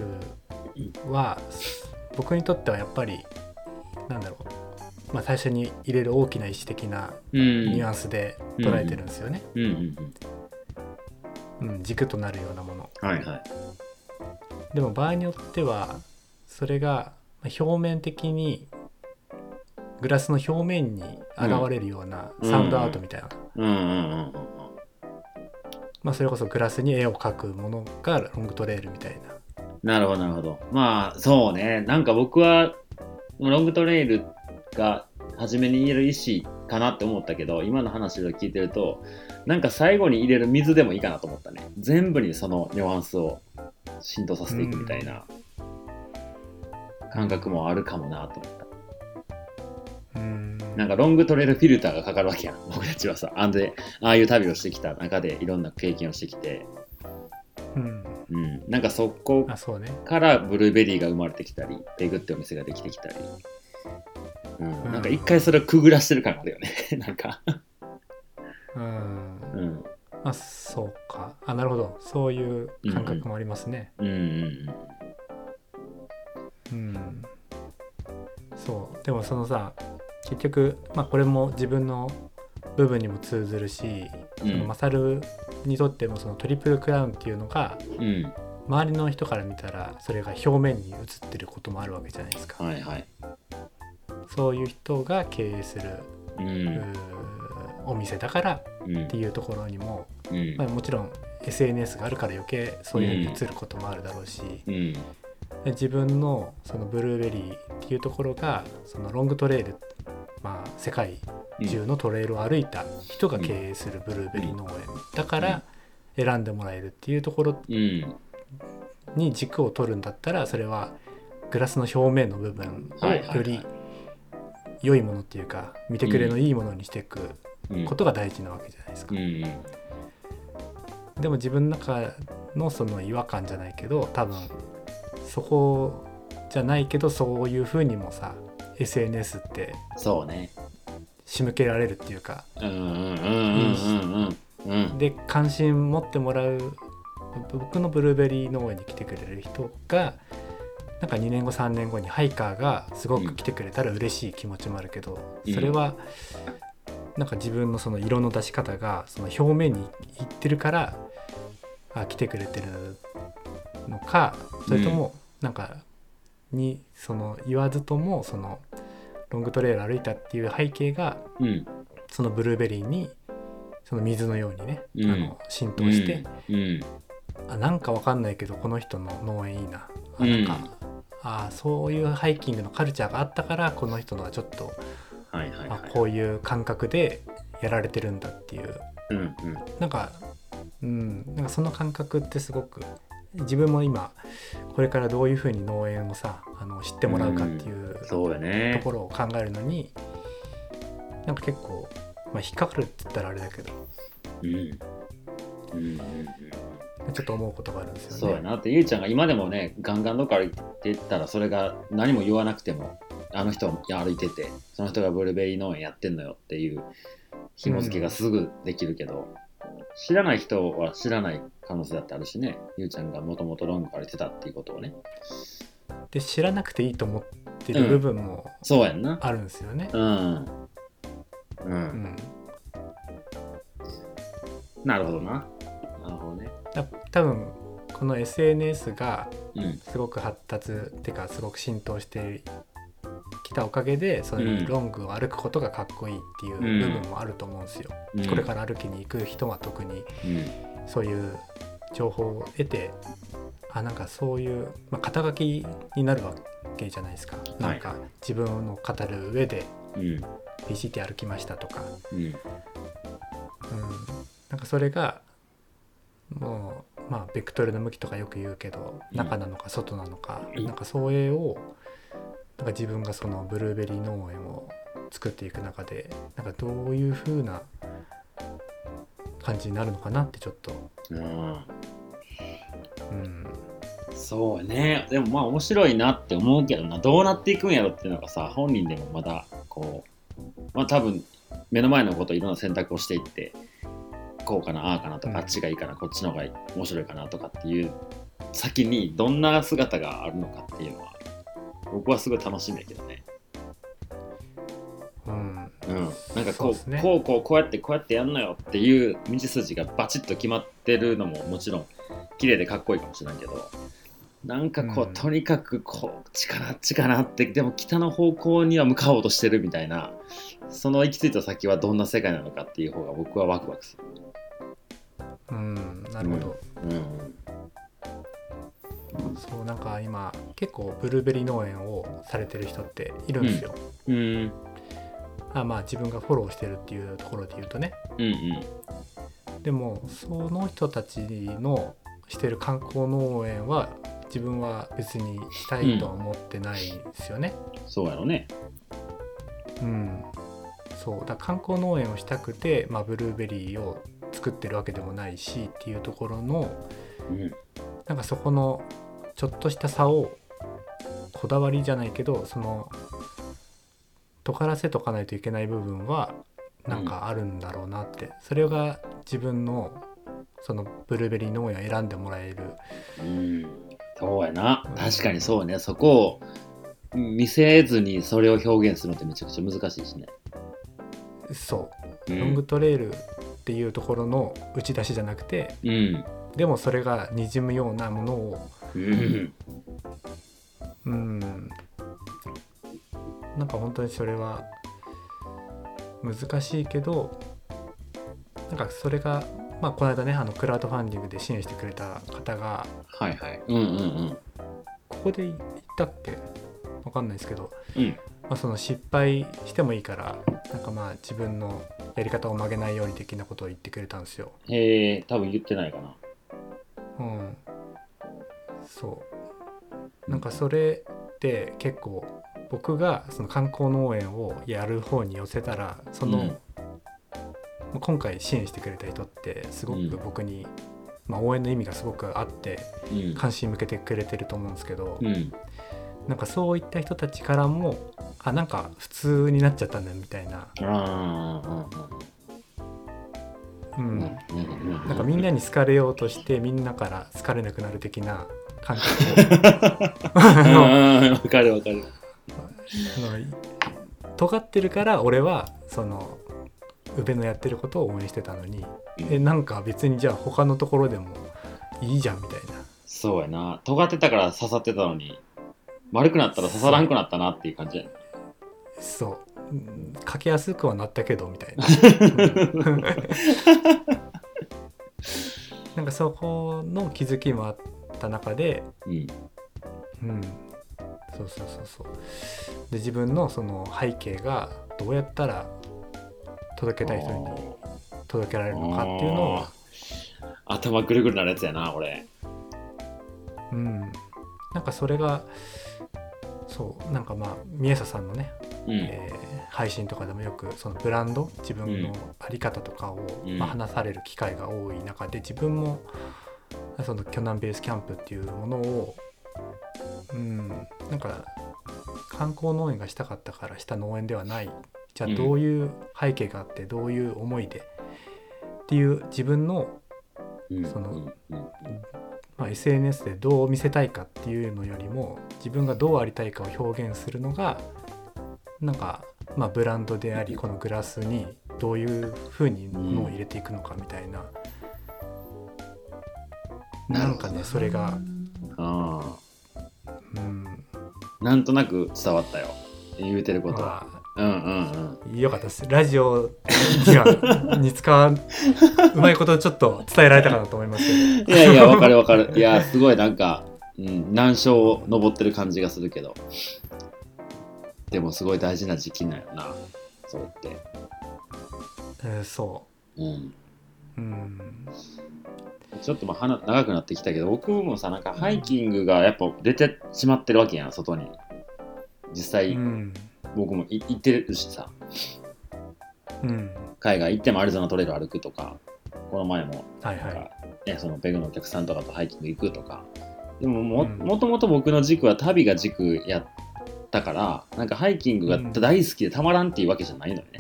Speaker 3: は僕にとってはやっぱりなんだろう、まあ、最初に入れる大きな石的な
Speaker 2: うんうん
Speaker 3: ニュアンスで捉えてるんですよね、
Speaker 2: うんうんうん
Speaker 3: うん、軸となるようなもの
Speaker 2: はいはい
Speaker 3: でも場合によってはそれがまあ表面的にグラスの表面に現れるような
Speaker 2: うん
Speaker 3: サウンドアートみたいな、
Speaker 2: うんうんうんうん
Speaker 3: まあ、それこそグラスに絵を描くものがロングトレールみたいな。
Speaker 2: なるほどなるほどまあそうねなんか僕はロングトレイルが初めに入れる石かなって思ったけど今の話を聞いてるとなんか最後に入れる水でもいいかなと思ったね全部にそのニュアンスを浸透させていくみたいな感覚もあるかもなと思った
Speaker 3: うーん
Speaker 2: なんかロングトレールフィルターがかかるわけやん 僕たちはさあんでああいう旅をしてきた中でいろんな経験をしてきて、
Speaker 3: うん、
Speaker 2: うん、なんかそこ
Speaker 3: あそうね
Speaker 2: からブルーベリーが生まれてきたりデグってお店ができてきたり、うん
Speaker 3: うん
Speaker 2: なんか一回それをくぐらしてる感があるよね なんか、
Speaker 3: うん
Speaker 2: うん、
Speaker 3: まあそうかあなるほどそういう感覚もありますね
Speaker 2: うんうん
Speaker 3: うん、そうでもそのさ結局まあこれも自分の部分にも通ずるし、
Speaker 2: うん
Speaker 3: そのマサルにとってもそのトリプルクラウンっていうのが
Speaker 2: うんうん
Speaker 3: 周りの人から見たらそれが表面に映ってることもあるわけじゃないですか、
Speaker 2: はいはい
Speaker 3: そういう人が経営する、
Speaker 2: う
Speaker 3: うんお店だから
Speaker 2: うん
Speaker 3: っていうところにも、
Speaker 2: うん
Speaker 3: まあ、もちろん SNS があるから余計そういうふうに映ることもあるだろうし、
Speaker 2: うん
Speaker 3: で自分のそのブルーベリーっていうところがそのロングトレイル、まあ、世界中のトレイルを歩いた人が経営するブルーベリー農園だから選んでもらえるっていうところ
Speaker 2: うん
Speaker 3: に軸を取るんだったらそれはグラスの表面の部分を
Speaker 2: はいはいはい
Speaker 3: より良いものっていうか見てくれのいいものにしていく
Speaker 2: うん
Speaker 3: ことが大事なわけじゃないですか
Speaker 2: う。ん
Speaker 3: でも自分の中のその違和感じゃないけど多分そこじゃないけどそういう風にもさ SNS って
Speaker 2: そうね
Speaker 3: 仕向けられるっていうか
Speaker 2: うんうんうんうんうんうん
Speaker 3: で関心持ってもらう僕のブルーベリー農園に来てくれる人がなんか2年後3年後にハイカーがすごく来てくれたら嬉しい気持ちもあるけど、
Speaker 2: うん
Speaker 3: それはなんか自分のその色の出し方がその表面にいってるからあ来てくれてるのかそれともなんかにその言わずともそのロングトレイル歩いたっていう背景が
Speaker 2: うん
Speaker 3: そのブルーベリーにその水のようにね、
Speaker 2: うん
Speaker 3: あの浸透して、
Speaker 2: うん
Speaker 3: あなんかわかんないけどこの人の農園いいなあ
Speaker 2: うん
Speaker 3: なんか、あそういうハイキングのカルチャーがあったからこの人のはちょっと、
Speaker 2: はいはいは
Speaker 3: あ
Speaker 2: い
Speaker 3: こういう感覚でやられてるんだっていう
Speaker 2: うんうん
Speaker 3: なんかうんなんかその感覚ってすごく自分も今これからどういうふうに農園をさあの知ってもらうかっていう
Speaker 2: そうよ
Speaker 3: と
Speaker 2: ね
Speaker 3: ころを考えるのになんか結構、まあ、引っかかるって言ったらあれだけど
Speaker 2: うんうんうんうん
Speaker 3: ちょっと思うことがあるんですよね。
Speaker 2: そうやなってゆうちゃんが今でもねガンガンどっか歩いてったらそれが何も言わなくてもあの人が歩いててその人がブルーベリー農園やってんのよっていう紐付けがすぐできるけど、知らない人は知らない可能性だってあるしねゆうちゃんがもともとロング歩いてたっていうことをね
Speaker 3: で知らなくていいと思ってる部分も
Speaker 2: そうやんな
Speaker 3: あるんですよね。
Speaker 2: うんうん、
Speaker 3: うん、
Speaker 2: なるほどななるほどね
Speaker 3: だ多分この SNS が
Speaker 2: うん
Speaker 3: すごく発達ってかすごく浸透してきたおかげでそう
Speaker 2: う
Speaker 3: い
Speaker 2: ん
Speaker 3: うロングを歩くことがかっこいいっていう部分もあると思うんですよ。
Speaker 2: うん
Speaker 3: これから歩きに行く人は特に
Speaker 2: うん
Speaker 3: そういう情報を得てあなんかそういう、まあ、肩書きになるわけじゃないですか。なんか自分の語る上で
Speaker 2: うん
Speaker 3: PCT 歩きましたとか
Speaker 2: うん
Speaker 3: うん、なんかそれがもうまあベクトルの向きとかよく言うけど
Speaker 2: うん
Speaker 3: 中なのか外なのか、
Speaker 2: うん
Speaker 3: なんかそれをなんか自分がそのブルーベリー農園を作っていく中でなんかどういう風な感じになるのかなってちょっと、
Speaker 2: うん
Speaker 3: うん、
Speaker 2: そうねでもまあ面白いなって思うけどなどうなっていくんやろっていうのがさ本人でもまだこうまあ多分目の前のこといろんな選択をしていってこうかなああかなとか、
Speaker 3: うん
Speaker 2: あっちがいいかなこっちの方が面白いかなとかっていう先にどんな姿があるのかっていうのは僕はすごい楽しみだけどね、
Speaker 3: うん、
Speaker 2: うん、なんか
Speaker 3: そう
Speaker 2: こ
Speaker 3: で
Speaker 2: う
Speaker 3: すね
Speaker 2: こうこうこうやってこうやってやんのよっていう道筋がバチッと決まってるのももちろん綺麗でかっこいいかもしれないけどなんかこう、
Speaker 3: うん
Speaker 2: とにかくこう力力ってでも北の方向には向かおうとしてるみたいなその行き着いた先はどんな世界なのかっていう方が僕はワクワクする。
Speaker 3: うん、なるほど、
Speaker 2: うん
Speaker 3: そうなんか今結構ブルーベリー農園をされてる人っているんですよ、
Speaker 2: うん
Speaker 3: あまあ自分がフォローしてるっていうところで言うとね
Speaker 2: うんうん
Speaker 3: でもその人たちのしてる観光農園は自分は別にしたいとは思ってないんですよね。
Speaker 2: そうやろね。
Speaker 3: うん、そうだから観光農園をしたくて、まあ、ブルーベリーを作ってるわけでもないしっていうところの
Speaker 2: うん
Speaker 3: なんかそこのちょっとした差をこだわりじゃないけどそのとからせとかないといけない部分はなんかあるんだろうなって、それが自分のそのブルーベリー農園を選んでもらえる
Speaker 2: うんそうやな確かにそうねそこを見せずにそれを表現するのってめちゃくちゃ難しいしね。
Speaker 3: そううロング
Speaker 2: ん
Speaker 3: トレイルっていうところの打ち出しじゃなくて
Speaker 2: うん
Speaker 3: でもそれがにじむようなものを
Speaker 2: うん
Speaker 3: うんなんか本当にそれは難しいけどなんかそれが、まあ、この間ねあのクラウドファンディングで支援してくれた方が
Speaker 2: はいはい。うんうんうん
Speaker 3: ここで言ったっけわかんないですけど、
Speaker 2: うん
Speaker 3: まあ、その失敗してもいいからなんかまあ自分のやり方を曲げないように的なことを言ってくれたんですよ。
Speaker 2: へえ多分言ってないかな。
Speaker 3: うん、そうなんかそれって結構僕がその観光農園をやる方に寄せたらその、
Speaker 2: うん
Speaker 3: まあ今回支援してくれた人ってすご
Speaker 2: うん
Speaker 3: く僕に、まあ、応援の意味がすごくあって
Speaker 2: うん
Speaker 3: 関心向けてくれてると思うんですけど、
Speaker 2: うん
Speaker 3: なんかそういった人たちからもあなんか普通になっちゃったんだみたいな、
Speaker 2: あ
Speaker 3: う
Speaker 2: あ
Speaker 3: ん、
Speaker 2: な
Speaker 3: なんかみんな
Speaker 2: に
Speaker 3: に好かれようとしてみんなから好かれなくなる的な感覚
Speaker 2: うん
Speaker 3: を
Speaker 2: うんわかるわかる
Speaker 3: その尖ってるから俺はその宇部のやってることを応援してたのに、
Speaker 2: うん
Speaker 3: えなんか別にじゃあ他のところでもいいじゃんみたいな
Speaker 2: そうやな尖ってたから刺さってたのに丸くなったら刺さらんくなったなっていう感じや
Speaker 3: そううんかけやすくはなったけどみたいなうんなんかそこの気づきもあった中で
Speaker 2: うん
Speaker 3: うんそうそうそうそうで自分のその背景がどうやったら届けたい人に届けられるのかっていうのを
Speaker 2: あー頭ぐるぐるなるやつやな俺
Speaker 3: うん、なんかそれがそうなんかまあ三枝さんのね、
Speaker 2: うん
Speaker 3: えー配信とかでもよくそのブランド自分
Speaker 2: うん
Speaker 3: の在り方とかを、
Speaker 2: うん
Speaker 3: まあ話される機会が多い中で自分もその巨南ベースキャンプっていうものを、うん、なんか観光農園がしたかったからした農園ではないじゃ
Speaker 2: う
Speaker 3: あ
Speaker 2: ん
Speaker 3: どういう背景があってどういう思いでっていう自分の
Speaker 2: うん
Speaker 3: その
Speaker 2: うんうん
Speaker 3: まあ、SNS でどう見せたいかっていうのよりも自分がどうありたいかを表現するのがなんか、まあ、ブランドでありこのグラスにどういうふうにものを入れていくのかみたいな、なんかねそれが、
Speaker 2: あ
Speaker 3: うん、
Speaker 2: ーなんとなく伝わったよ言うてることは
Speaker 3: ま
Speaker 2: うんうんうん
Speaker 3: あよかったですラジオにはに使わんうまいことちょっと伝えられたかなと思いますけ
Speaker 2: いやいや、わかるわかる。いや、すごいなんか、うん、難所を登ってる感じがするけど。でも、すごい大事な時期なんやな、それって。
Speaker 3: ど、うんそ
Speaker 2: うん。
Speaker 3: う、うん
Speaker 2: ちょっとまあ話長くなってきたけど僕もさなんかハイキングがやっぱ出てしまってるわけやん外に実
Speaker 3: う
Speaker 2: 際、
Speaker 3: ん
Speaker 2: 僕もい行ってるしさ
Speaker 3: うん
Speaker 2: 海外行ってもアリゾナトレイル歩くとかこの前も
Speaker 3: はい
Speaker 2: なんか、
Speaker 3: は
Speaker 2: ね、そのペグのお客さんとかとハイキング行くとかでもも,、
Speaker 3: うん
Speaker 2: もともと僕の軸は旅が軸やったからなんかハイキングが
Speaker 3: うん
Speaker 2: 大好きでたまらんっていうわけじゃないのよね、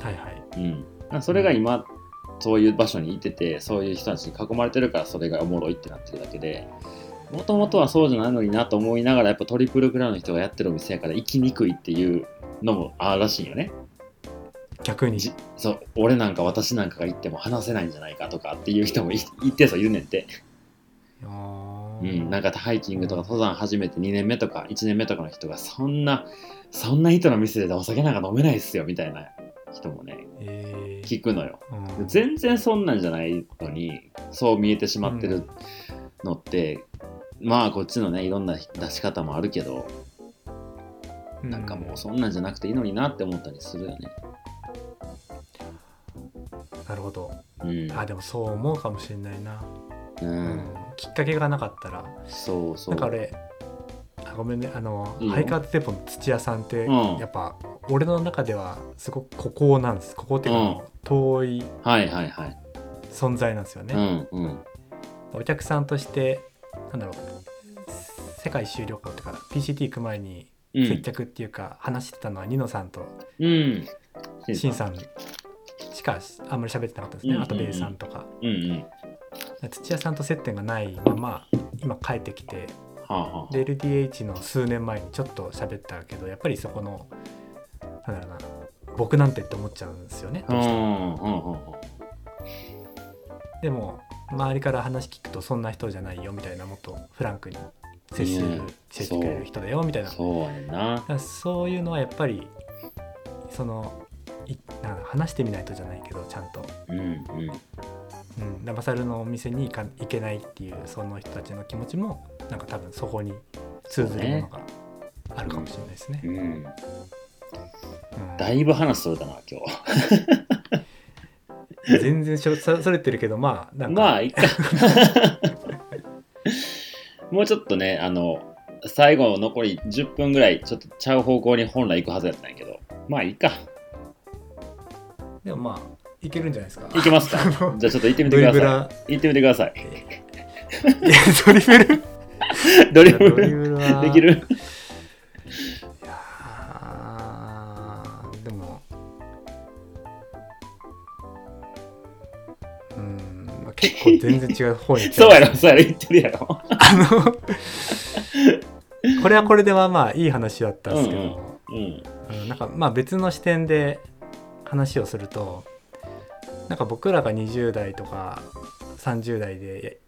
Speaker 3: いはいはい
Speaker 2: うん、なんかそれが今そういう場所にいててそういう人たちに囲まれてるからそれがおもろいってなってるだけでもともとはそうじゃないのになと思いながらやっぱトリプルクラウンの人がやってるお店やから行きにくいっていうのもあるらしいよね
Speaker 3: 逆に
Speaker 2: じそう俺なんか私なんかが行っても話せないんじゃないかとかっていう人もい一定数いるねんて、
Speaker 3: あ
Speaker 2: う
Speaker 3: ー
Speaker 2: ん、なんかハイキングとか登山始めて2年目とか1年目とかの人がそんなそんな人の店でお酒なんか飲めないっすよみたいな人もね
Speaker 3: えー
Speaker 2: 聞くのよ
Speaker 3: うん
Speaker 2: 全然そんなんじゃないのにそう見えてしまってるのって、まあこっちのねいろんな出し方もあるけどなんかもうそんなんじゃなくていいのになって思ったりするよね。
Speaker 3: うんなるほど
Speaker 2: うん
Speaker 3: あでもそう思うかもしれないな、
Speaker 2: う
Speaker 3: うん
Speaker 2: ん、
Speaker 3: きっかけがなかったら
Speaker 2: そうそう。
Speaker 3: なんか俺あごめんねあの
Speaker 2: いいよ
Speaker 3: ハイカーテポの土屋さんって、
Speaker 2: うん
Speaker 3: やっぱ俺の中ではすごく孤高なんです孤高っていうか、
Speaker 2: うん
Speaker 3: 遠い
Speaker 2: はいはいはい。
Speaker 3: 存在なんですよね、
Speaker 2: うんうん
Speaker 3: お客さんとしてなんだろう世界終了後とか PCT 行く前に
Speaker 2: う
Speaker 3: 接
Speaker 2: ん。
Speaker 3: 客っていうか話してたのはニノさんと
Speaker 2: うん。
Speaker 3: シンさんしかあんまり喋ってなかったですね、
Speaker 2: うん
Speaker 3: あとベイさんとか
Speaker 2: うんうん。
Speaker 3: 土屋さんと接点がないまま今帰ってきて
Speaker 2: はあ、はあ。
Speaker 3: で LDH の数年前にちょっと喋ったけどやっぱりそこのなんだろうな僕なんてって思っちゃうんですよね
Speaker 2: う
Speaker 3: どうしても
Speaker 2: んうんうんうん。
Speaker 3: でも周りから話聞くとそんな人じゃないよみたいなもっとフランクに接す
Speaker 2: ね
Speaker 3: る接してくれる人だよみたいなだか
Speaker 2: そうやんな。
Speaker 3: らそういうのはやっぱりそのいなんか話してみないとじゃないけどちゃんと、
Speaker 2: うんうん。
Speaker 3: うん、ラマサルのお店に行か行けないっていうその人たちの気持ちもなんか多分そこに通ずるものがあるかもしれないですね。
Speaker 2: うん、
Speaker 3: うん
Speaker 2: だいぶ話それだな今日
Speaker 3: 全然しょそそれてるけどまあなんか、
Speaker 2: まあいっか もうちょっとねあの最後残り10分ぐらいちょっとちゃう方向に本来行くはずやったんやけどまあいいか
Speaker 3: でもまあいけるんじゃないですか
Speaker 2: 行けますかじゃあちょっと行ってみてください行ってみてください
Speaker 3: いやドリブル
Speaker 2: ドリブ
Speaker 3: ドリ
Speaker 2: ル
Speaker 3: ブルは
Speaker 2: できる
Speaker 3: いやーでもうんまあ結構全然違う方に行っちゃ
Speaker 2: そ
Speaker 3: いう
Speaker 2: や
Speaker 3: ました
Speaker 2: ろそうやろ言ってるやろ
Speaker 3: あのこれはこれではまあいい話だったんですけど、
Speaker 2: うんうん
Speaker 3: あのなんかまあ別の視点で話をするとなんか僕らが20代とか30代で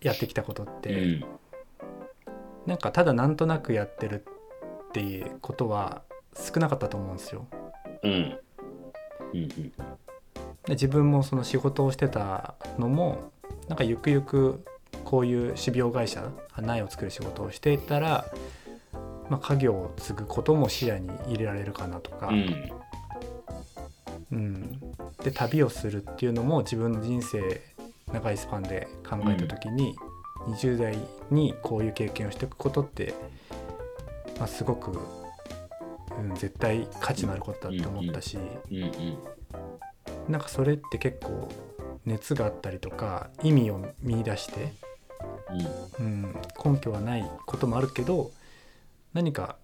Speaker 3: ややってきたことって、
Speaker 2: うん
Speaker 3: なんかただなんとなくやってるっていうことは少なかったと思うんですよ。
Speaker 2: うんうん
Speaker 3: で自分もその仕事をしてたのもなんかゆくゆくこういう種苗会社苗を作る仕事をしていたら、まあ、家業を継ぐことも視野に入れられるかなとか。
Speaker 2: うんうん
Speaker 3: うん、で旅をするっていうのも自分の人生長いスパンで考えた時に、20代にこういう経験をしていくことって、まあ、すごく、うん、絶対価値のあることだと思ったし、
Speaker 2: うんうん
Speaker 3: なんかそれって結構熱があったりとか意味を見出して、
Speaker 2: うん
Speaker 3: うん、根拠はないこともあるけど何か、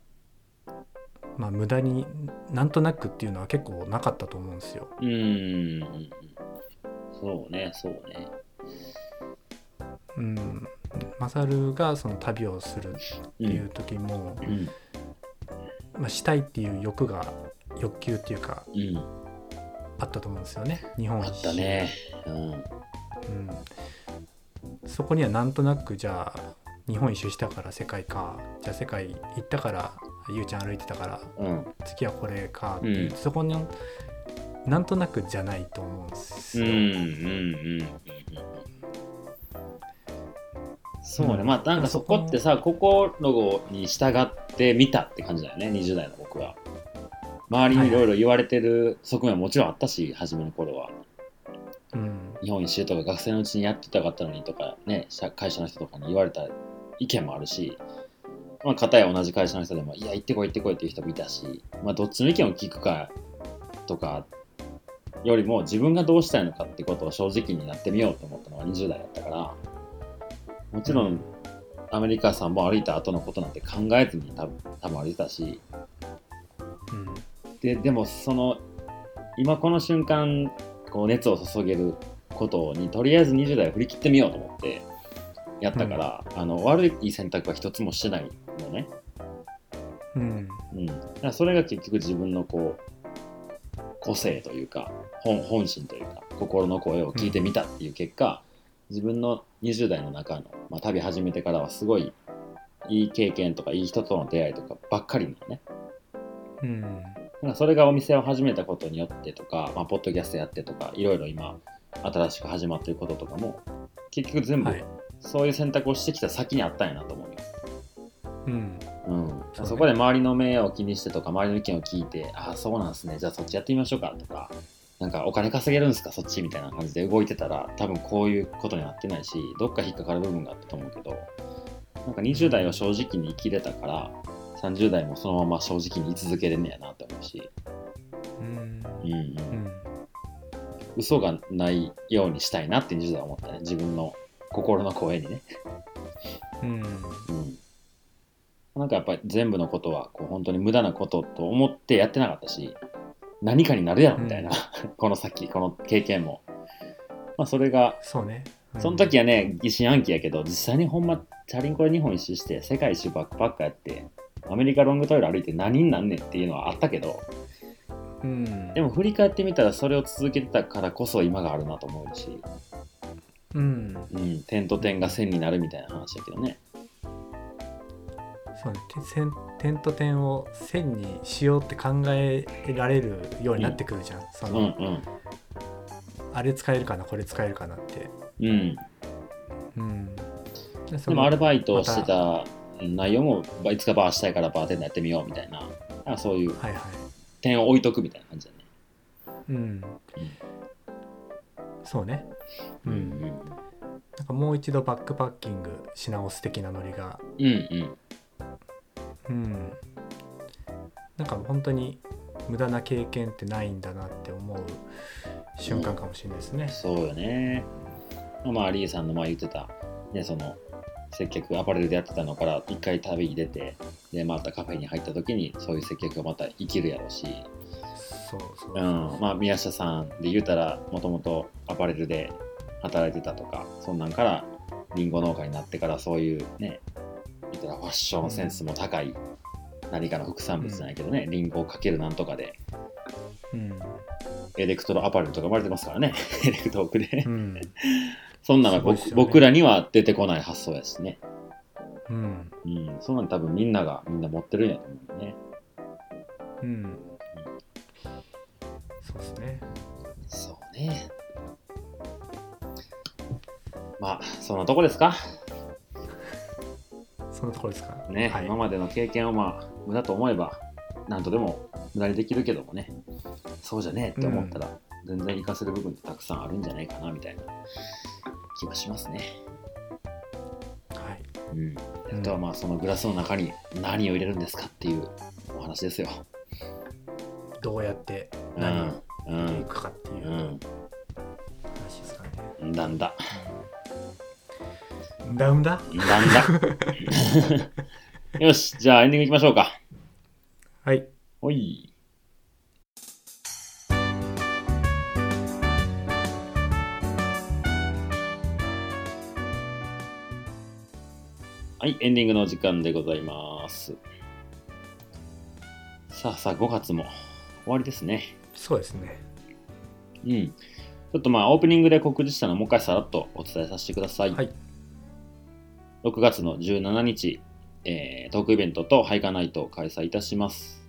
Speaker 3: まあ、無駄になんとなくっていうのは結構なかったと思うんですよ。
Speaker 2: うーん。そうね、そうね。
Speaker 3: うん、マサルがその旅をするっ
Speaker 2: う。
Speaker 3: ていうん時も、
Speaker 2: うん。
Speaker 3: まあ、したいっていう欲が欲求っていうか
Speaker 2: うん。
Speaker 3: あったと思うんですよね日本
Speaker 2: あ
Speaker 3: 一
Speaker 2: ったね。うん。
Speaker 3: うん、そこにはなんとなくじゃあ日本一周したから世界かじゃあ世界行ったからゆうちゃん歩いてたから
Speaker 2: うん。
Speaker 3: 次はこれかっていう、
Speaker 2: うん
Speaker 3: そこになんとなくじゃないと思うんで
Speaker 2: う
Speaker 3: す
Speaker 2: ん。うん。う
Speaker 3: よ。
Speaker 2: ん。そう
Speaker 3: う
Speaker 2: ね。
Speaker 3: ん
Speaker 2: まあ、なんかそこってさ、心に従ってみたって感じだよね、20代の僕は。周りにいろいろ言われてる側面ももちろんあったし、初めの頃は。
Speaker 3: うん
Speaker 2: 日本一周とか学生のうちにやってたかったのにとかね社会社の人とかに言われた意見もあるしまあ片や同じ会社の人でもいや行ってこい行ってこいっていう人もいたしまあどっちの意見を聞くかとかよりも自分がどうしたいのかってことを正直になってみようと思ったのが20代だったからもちろんアメリカさんも歩いた後のことなんて考えずに多分多分歩いてたし
Speaker 3: うん
Speaker 2: ででもその今この瞬間こう熱を注げることにとりあえず20代を振り切ってみようと思ってやったから、あの悪い選択は一つもしてないのね、
Speaker 3: うん
Speaker 2: うん、だからそれが結局自分のこう個性というか本本心というか心の声を聞いてみたっていう結果、自分の20代の中の、まあ、旅始めてからはすごいいい経験とかいい人との出会いとかばっかりなのね
Speaker 3: うん
Speaker 2: なんかそれがお店を始めたことによってとか、まあ、ポッドキャストやってとか、いろいろ今、新しく始まってることとかも、結局全部
Speaker 3: はい
Speaker 2: そういう選択をしてきた先にあったんやなと思うよ。
Speaker 3: うん
Speaker 2: うん、
Speaker 3: そうね
Speaker 2: そこで周りの目を気にしてとか、周りの意見を聞いて、ああ、そうなんすね、じゃあそっちやってみましょうかとか、なんかお金稼げるんすか、そっちみたいな感じで動いてたら、多分こういうことになってないし、どっか引っかかる部分があったと思うけど、なんか20代は正直に生きれたから、30代もそのまま正直に居続けれんねやなって思うし、
Speaker 3: うん
Speaker 2: うんうん
Speaker 3: うん
Speaker 2: 嘘がないようにしたいなって20代は思ったね自分の心の声にね、
Speaker 3: うん
Speaker 2: うん、なんかやっぱり全部のことはこう本当に無駄なことと思ってやってなかったし何かになるやろみたいな、 この先この経験も、まあ、それが
Speaker 3: そうねうん
Speaker 2: その時はね疑心暗鬼やけど実際にほんまチャリンコで日本一周して世界一周バックパッカーやってアメリカロングトイレ歩いて何になんねんっていうのはあったけど
Speaker 3: うん
Speaker 2: でも振り返ってみたらそれを続けてたからこそ今があるなと思うし、
Speaker 3: うん
Speaker 2: うん、点と点が線になるみたいな話だけどね。
Speaker 3: そうねて線点と点を線にしようって考えられるようになってくるじゃん、そ
Speaker 2: うん
Speaker 3: のあれ使えるかなこれ使えるかなって
Speaker 2: うん。うん、
Speaker 3: うんで
Speaker 2: で
Speaker 3: そ
Speaker 2: も
Speaker 3: の
Speaker 2: アルバイトをしてた内容も、いつかバーしたいからバーテンダーやってみようみたいな、なんかそういう
Speaker 3: はいは
Speaker 2: 点を置いとくみたいな感じだね。
Speaker 3: いうんそうねうん、
Speaker 2: うん
Speaker 3: なんかもう一度バックパッキングし直す的なノリが
Speaker 2: うん。うん
Speaker 3: うんなんか本当に無駄な経験ってないんだなって思う瞬間かもしれないですね、
Speaker 2: そうよね。まあ、リーさんの前言ってた、ね、その、接客アパレルでやってたのから、一回旅に出て、で、またカフェに入った時に、そういう接客がまた生きるやろうし、
Speaker 3: そうそう
Speaker 2: うんまあ、宮下さんで言うたらもともとアパレルで働いてたとかそんなんからリンゴ農家になってからそういうね言ったらファッションセンスも高い何かの副産物じゃないけどね、リンゴをかけるなんとかで
Speaker 3: うん
Speaker 2: エレクトロアパレルとか生まれてますからね エレクトーク で
Speaker 3: うん
Speaker 2: そんなの
Speaker 3: すごいっ
Speaker 2: 僕,、
Speaker 3: すよね
Speaker 2: 僕らには出てこない発想やしね、
Speaker 3: うん
Speaker 2: うん、そんなん多分みんながみんな持ってるんやと思うよね
Speaker 3: うんそうですね
Speaker 2: そうねまあそんなとこですか
Speaker 3: そのところですか
Speaker 2: ね、
Speaker 3: はい
Speaker 2: 今までの経験をまあ無駄と思えば何とでも無駄にできるけどもねそうじゃねえって思ったら、全然活かせる部分ってたくさんあるんじゃないかなみたいな気はしますね。
Speaker 3: はい、
Speaker 2: うん、あとはまあそのグラスの中に何を入れるんですかっていうお話ですよ。
Speaker 3: どうやって
Speaker 2: う
Speaker 3: 何
Speaker 2: ん
Speaker 3: を、
Speaker 2: う
Speaker 3: やってい
Speaker 2: ん、、
Speaker 3: くかっていううん話ですかね、
Speaker 2: んだんだ、
Speaker 3: うん、だうんだ
Speaker 2: んだ んだ。よし、じゃあエンディングいきましょうか。
Speaker 3: はい
Speaker 2: おい。はい、エンディングの時間でございます。さあさあ、5月も終わりですね。
Speaker 3: そうですね
Speaker 2: うん。ちょっとまあ、オープニングで告知したのをもう一回さらっとお伝えさせてください。
Speaker 3: はい
Speaker 2: 6月の17日、えートークイベントとハイカナイトを開催いたします。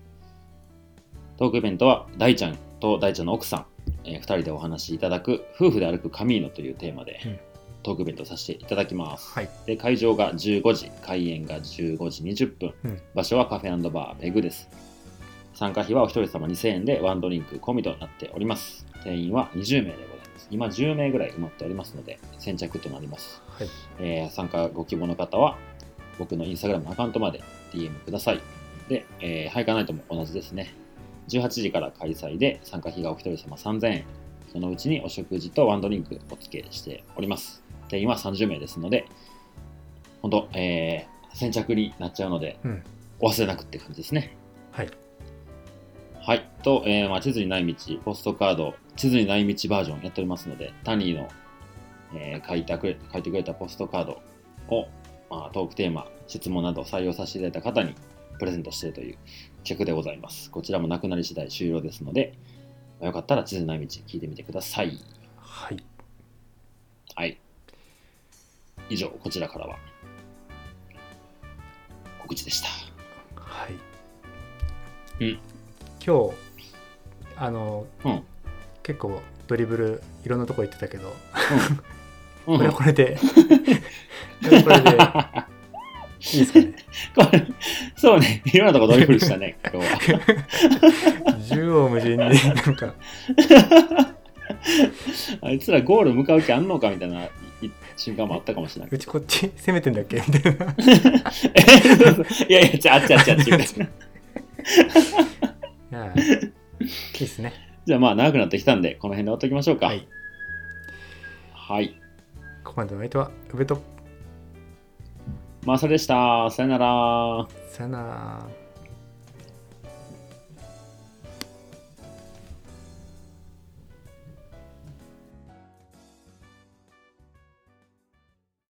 Speaker 2: トークイベントは大ちゃんと大ちゃんの奥さん、え2人でお話しいただく夫婦で歩くカミーノというテーマで、
Speaker 3: うん
Speaker 2: トークイベントさせていただきます。
Speaker 3: はい
Speaker 2: で会場が15時、開演が15時20分、
Speaker 3: うん
Speaker 2: 場所はカフェバーペグです。参加費はお一人様2000円でワンドリンク込みとなっております。定員は20名でございます。今10名ぐらい埋まっておりますので、先着となります。
Speaker 3: はい。
Speaker 2: えー参加ご希望の方は、僕のインスタグラムのアカウントまで DM ください。で、えー、ハイカナイトも同じですね。18時から開催で、参加費がお一人様3000円。そのうちにお食事とワンドリンクお付けしております。で、今30名ですので、本当えー先着になっちゃうので、
Speaker 3: うん
Speaker 2: お忘れなくって感じですね。
Speaker 3: はい。
Speaker 2: はい。と、えーまあ、地図にない道、ポストカード、地図にない道バージョンやっておりますので、タニーの、えー書いたくれ書いてくれたポストカードを、まあ、トークテーマ、質問など採用させていただいた方にプレゼントしているという企画でございます。こちらもなくなり次第終了ですので、まあよかったら地図にない道聞いてみてください。
Speaker 3: はい。
Speaker 2: はい。以上、こちらからは告知でした。
Speaker 3: はい。
Speaker 2: うん
Speaker 3: 今日、あの、
Speaker 2: うん
Speaker 3: 結構ドリブルいろんなとこ行ってたけど、
Speaker 2: うん
Speaker 3: これはこれで、 これはこれでいいです かね。
Speaker 2: これ そうね、いろんなとこドリブルした ね、今日は。
Speaker 3: 縦横無尽になんか、
Speaker 2: あいつらゴール向かう気あんのかみたいない瞬間もあったかも しれな
Speaker 3: う
Speaker 2: い。
Speaker 3: ちこっち攻めてんだっけみたいな。
Speaker 2: いやいや、ちゃああっちあっちあっちみたいな。
Speaker 3: はいいいですね。
Speaker 2: じゃあまあ長くなってきたんで、この辺で終わっておきましょうか。
Speaker 3: はい。
Speaker 2: はい。
Speaker 3: ここまでの相手は、ウベト。
Speaker 2: まあそれでした。さよなら。
Speaker 3: さよなら。